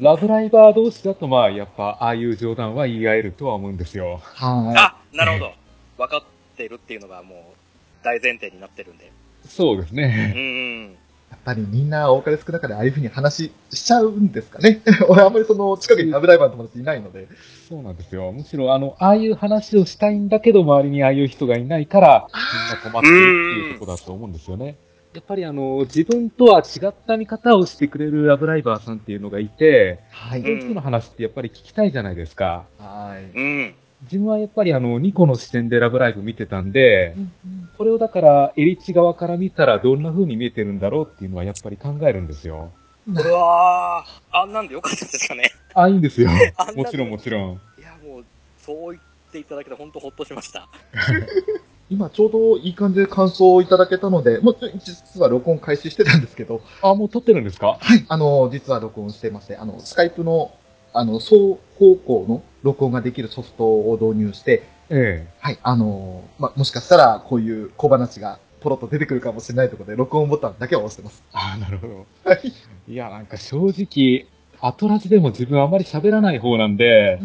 ラブライバー同士だと、まあ、やっぱ、ああいう冗談は言い合えるとは思うんですよ。はあ、なるほど。分かってるっていうのがもう大前提になってるんで。そうですうね。ーい。ん。やっぱりみんな多かれ少なかれああいうふうに話しちゃうんですかね。 俺あんまりその近くにラブライバーの友達いないので。そうなんですよ。むしろ、あの、ああいう話をしたいんだけど、周りにああいう人がいないから、みんな困ってるっていうとこだと思うんですよね。やっぱり、あの、自分とは違った見方をしてくれるラブライバーさんっていうのがいて、はそうい。いう人の話ってやっぱり聞きたいじゃないですか。はい。うん。自分はやっぱりあの、2個の視点でラブライブ見てたんで、これをだから、エリッチ側から見たらどんな風に見えてるんだろうっていうのはやっぱり考えるんですよ。うわー、あんなんでよかったですかね。あ、いいんですよあんな。もちろんもちろん。いや、もう、そう言っていただけて本当ほっとしました。今ちょうどいい感じで感想をいただけたので、もうちょ実は録音開始してたんですけど、あ、もう撮ってるんですかはい。あの、実は録音してまして、あの、スカイプの、あの、双方向の録音ができるソフトを導入して、えはい。あの、ま、もしかしたら、こういう小話がポロッと出てくるかもしれないところで、録音ボタンだけは押してますえ。。あ、なるほど。はい。いや、なんか正直、アトラジでも自分あまり喋らない方なんで、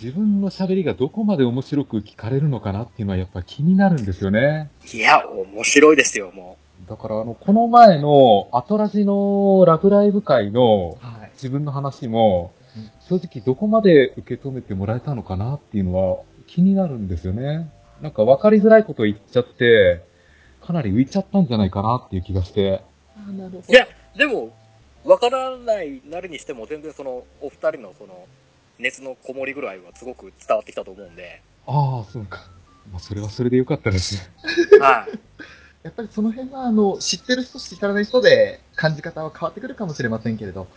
自分の喋りがどこまで面白く聞かれるのかなっていうのはやっぱ気になるんですよね。いや、面白いですよ、もだからあの、この前のアトラジのラブライブ会のはい。自分の話もうん、正直どこまで受け止めてもらえたのかなっていうのは気になるんですよね。なんか分かりづらいこと言っちゃって、かなり浮いちゃったんじゃないかなっていう気がして。う。いや、でも、わからないなりにしても、全然その、お二人のその、熱のこもりぐらいはすごく伝わってきたと思うんで、ああ、そうか。まあ、それはそれでよかったです。はい。やっぱりその辺は、あの、知ってる人、知らない人で、感じ方は変わってくるかもしれませんけれど、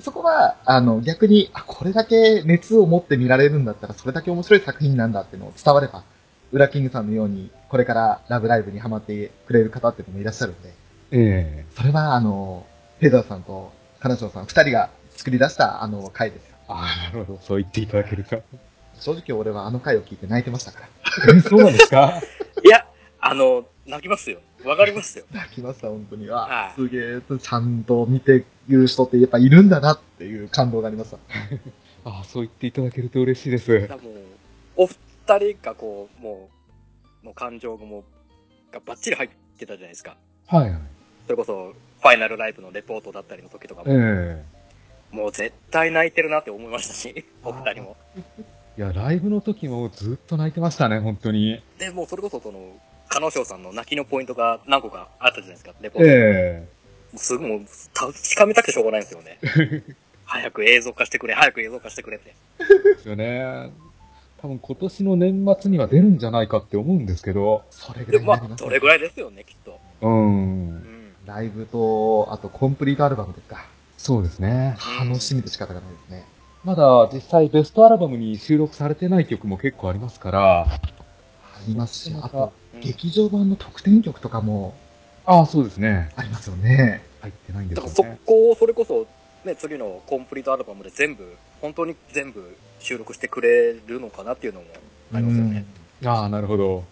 そこは、あの、逆に、あ、これだけ熱を持って見られるんだったら、それだけ面白い作品なんだっていうのを伝われば、ウラキングさんのように、これからラブライブにハマってくれる方っていうのもいらっしゃるんで、 ええそれは、あの、フェザーさんと、カナショウさん、二人が作り出した、あの、回ですよ。ああ、なるほど。そう言っていただけるか。正直俺はあの回を聞いて泣いてましたから。 えそうなんですかいや、あの、泣きますよ。わかりますよ。泣きました、本当に。あは、いすげえ、ちゃんと見てる人ってやっぱいるんだなっていう感動がありました。 ああ、そう言っていただけると嬉しいでいすや。もう、お二人がこう、もう、もう感情がもう、がバッチリ入ってたじゃないですか。はいはい。それこそ、ファイナルライブのレポートだったりの時とかええも、もう絶対泣いてるなって思いましたし、お二人も。いや、ライブの時もずっと泣いてましたね、本当に。で、もうそれこそその、カノショウさんの泣きのポイントが何個かあったじゃないですか、レポート。えもうすぐもう、確かめたくてしょうがないんですよね。早く映像化してくれ、早く映像化してくれって。えですよね。多分今年の年末には出るんじゃないかって思うんですけど。それぐらでいにもまなあり、ます、どれぐらいですよね、きっと。うんう。ん。ライブと、あとコンプリートアルバムですか。そうですね。うん楽しみで仕方がないですね。まだ実際ベストアルバムに収録されてない曲も結構ありますから。ありますし、そっあちまたと、うん劇場版の特典曲とかもああ、そうですね。ありますよね。入ってないんでだからすそよね。こをそれこそ、ね、次のコンプリートアルバムで全部、本当に全部収録してくれるのかなっていうのもありますよね。ああ、なるほど。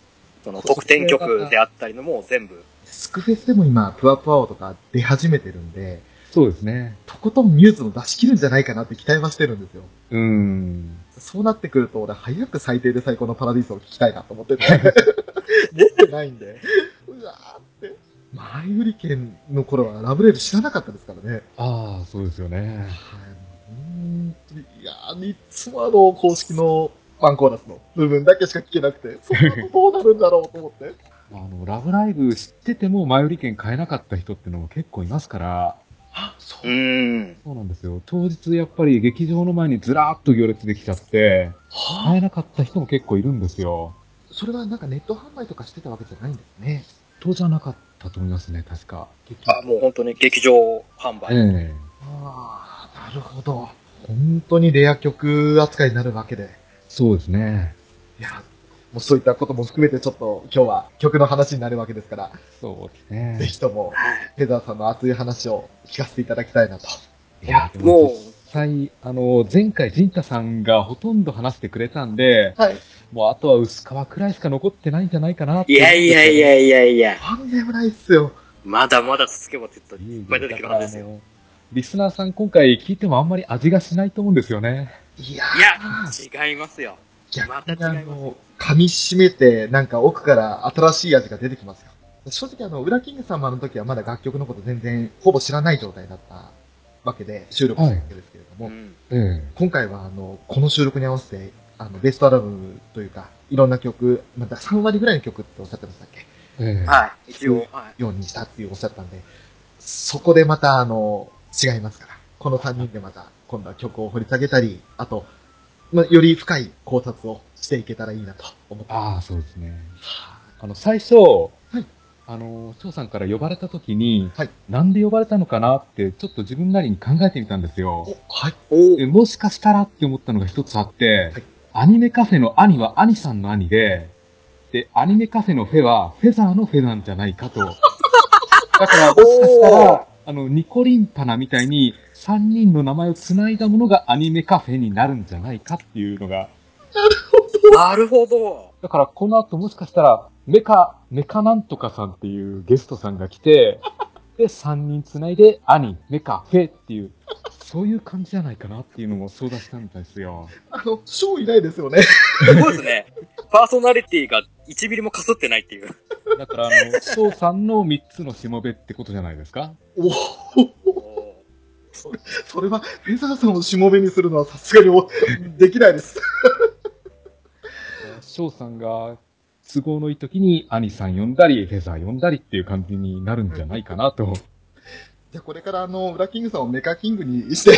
その特典曲であったりのも全部。スクフェスでも今、プアプアオとか出始めてるんで、そうですね。とことんミューズも出し切るんじゃないかなって期待はしてるんですよ。うん。そうなってくると、俺、早く最低で最高のパラディスを聞きたいなと思 ってて。持ってないんで。 うわーって。前売り券の頃はラブレール知らなかったですからね。ああ、そうですよね。はい。うーんいやー、いつもあの、公式のワンコーラスの部分だけしか聞けなくて、その後どうなるんだろうと思って。あの、ラブライブ知ってても前売り券買えなかった人ってのも結構いますから。あ、そうう。ん。そうなんですよ。当日やっぱり劇場の前にずらーっと行列できちゃって、は買えなかった人も結構いるんですよ。それはなんかネット販売とかしてたわけじゃないんですね。とじゃなかったと思いますね、確か。結あ、もう本当に劇場販売。えああ、なるほど。本当にレア曲扱いになるわけで。えそうですね。いや、もうそういったことも含めてちょっと今日は曲の話になるわけですから、そうですぜね。ひとも、フェザーさんの熱い話を聞かせていただきたいなと。いや、でもうも実際、あの、前回、陣太さんがほとんど話してくれたんで、はい。もうあとは薄皮くらいしか残ってないんじゃないかなっていやいやいやいやいや、とんでもないっすよ。まだまだ続けばって言ったらいいっぱい出てくるはずですよ。よ。リスナーさん今回聞いてもあんまり味がしないと思うんですよね。いやいや、違いますよ。ー、ま逆たに違いまあすの、噛み締めて、なんか奥から新しい味が出てきますよ。正直あの、ウラキング様の時はまだ楽曲のこと全然、ほぼ知らない状態だったわけで、収録したわけですけれども、うん。ええ。今回はあの、この収録に合わせて、あの、ベストアルバムというか、いろんな曲、また3割ぐらいの曲っておっしゃってましたっけええ。はい、一応。はいようにしたっていうおっしゃったんで、そこでまたあの、違いますから。この3人でまた、今度は曲を掘り下げたり、あと、まあ、より深い考察をしていけたらいいなと思って。ああ、そうですね。はあの、最初、いあの、翔さんから呼ばれた時に、はいなんで呼ばれたのかなって、ちょっと自分なりに考えてみたんですよ。お、はい。おでもしかしたらって思ったのが一つあって、はいアニメカフェの兄は兄さんの兄で、で、アニメカフェのフェはフェザーのフェなんじゃないか と。だから、もしかしたおーら、あの、ニコリンパナみたいに、三人の名前を繋いだものがアニメカフェになるんじゃないかっていうのが、なるほど。だからこの後もしかしたら、メカ、メカなんとかさんっていうゲストさんが来 て、で、三人繋いで、兄、メカ、フェっていう、そういう感じじゃないかなっていうのも相談したみたいですよ。あの、ショー以来ですよね。 すごいです ね。パーソナリティが1ミリもかすってないっていう。だから、あの、翔さんの3つのしもべってことじゃないですかおおそれは、フェザーさんをしもべにするのはさすがにお できないです。 翔さんが都合のいい時に兄さん呼んだり、フェザー呼んだりっていう感じになるんじゃないかなと。じゃあこれからあの、ウラキングさんをメカキングにして、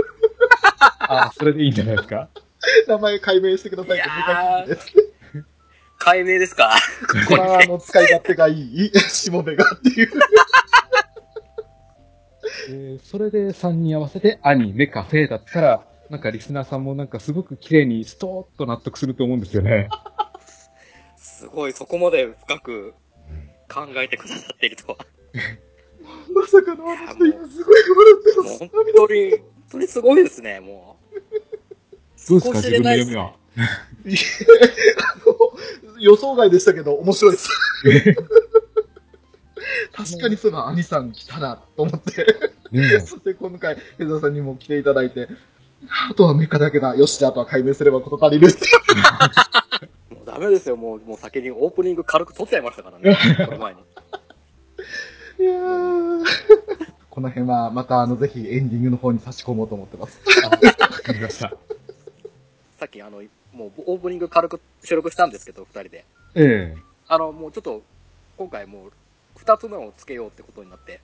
あ、それでいいんじゃないですか名前解明してくださいといメやカキンーグです。解明ですかこれはあの、使い勝手がいい、 しもべがっていう。 えーそれで3人合わせて兄、メカ、フェだったら、なんかリスナーさんもなんかすごく綺麗にストーッと納得すると思うんですよね。すごい、そこまで深く考えてくださっているとは。まさかのあの人今すごい笑もうって本当に、本当にすごいですね、もう。どうでそすか自こ知れ分のないっ読すみは。ます。あの予想外でしたけど、面白いです。確かにその兄さん来たなと思って、 ねそして今回、江澤さんにも来ていただいて、あとはメカだけだ。よし、じゃああとは解明すればこと足りるって。もうダメですよ、もう、もう先にオープニング軽く撮っちゃいましたからね、この前に。いやー この辺はまたあの、ぜひエンディングの方に差し込もうと思ってます。え。わかりました。さっき、あの、もうオープニング軽く収録したんですけど、二人で。ええあの、もうちょっと、今回もう、二つのをつけようってことになって、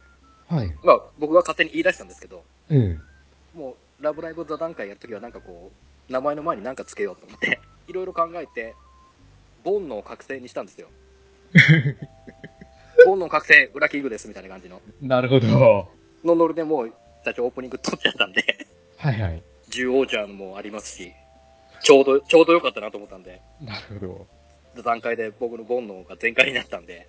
はい。まあ、僕が勝手に言い出したんですけど、ええもう、ラブライブ座談会やるときは、なんかこう、名前の前に何かつけようと思って、 いろいろ考えて、煩悩を覚醒にしたんですよ。煩悩覚醒、裏キングです、みたいな感じの。なるほど。のノリでもう、最初オープニング撮っちゃったんで、 はいはい。獣王ちゃんもありますし、ちょうど、ちょうど良かったなと思ったんで、なるほど。座談会で僕の煩悩が全開になったんで、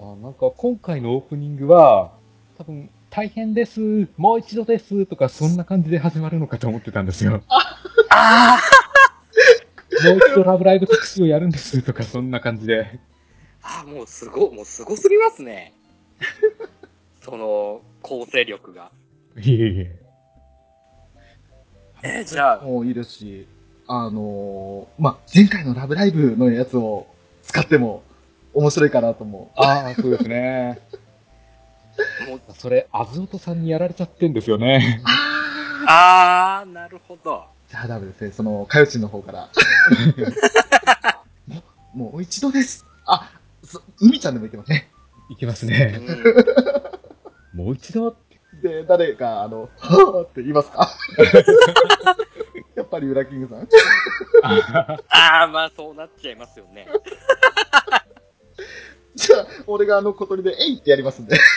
あなんか今回のオープニングは、多分、大変です、もう一度ですとか、そんな感じで始まるのかと思ってたんです よ。あもう一度ラブライブ特集をやるんですとか、そんな感じで。ああ、もうすご、もうすごすぎますね。 その、構成力が。いえいえ。えーじゃあ、もういいですし、あのー、まあ、前回のラブライブのやつを使っても面白いかなと思う。ああ、そうですね。もう、それ、アズオトさんにやられちゃってんですよね。あー、なるほど。じゃあダメですね。その、かよちんの方から。もうもう一度です。あ、そ海ちゃんでも言ってますね。 いきますうね。ん、もう一度で、誰か、あの、はぁって言いますか やっぱぱり裏キングさん。ああ、まあそうなっちゃいますよね。じゃあ、俺があの小鳥で、えいってやりますんで。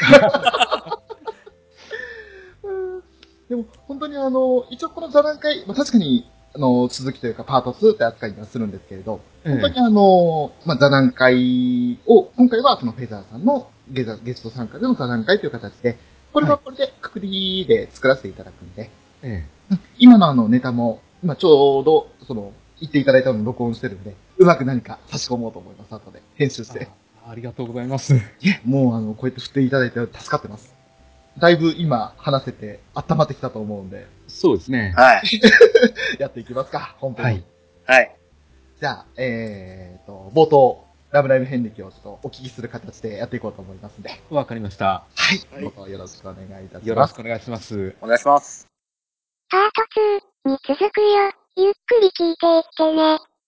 うんでも、本当にあの、一応この座談会、まあ、確かに、あの、続きというかパート2って扱いにはするんですけれど、え本当にあの、まあ、座談会を、今回はそのフェザーさんのゲザゲスト参加での座談会という形で、これはこれでくくりで作らせていただくんで、ええ今のあのネタも、今ちょうど、その、言っていただいたのを録音してるんで、うまく何か差し込もうと思います、後で。編集して。あありがとうございます。いえ、もうあの、こうやって振っていただいて助かってます。だいぶ今話せて温まってきたと思うんで、そうですね。はい。やっていきますか、本編。はい。はい。じゃあ、えーと、冒頭、ラブライブ遍歴をちょっとお聞きする形でやっていこうと思いますんで、わかりました。はい。はいどうぞよろしくお願いいたしよろましす。くお願いします。お願いします。パート2に続くよ。ゆっくり聞いていってね。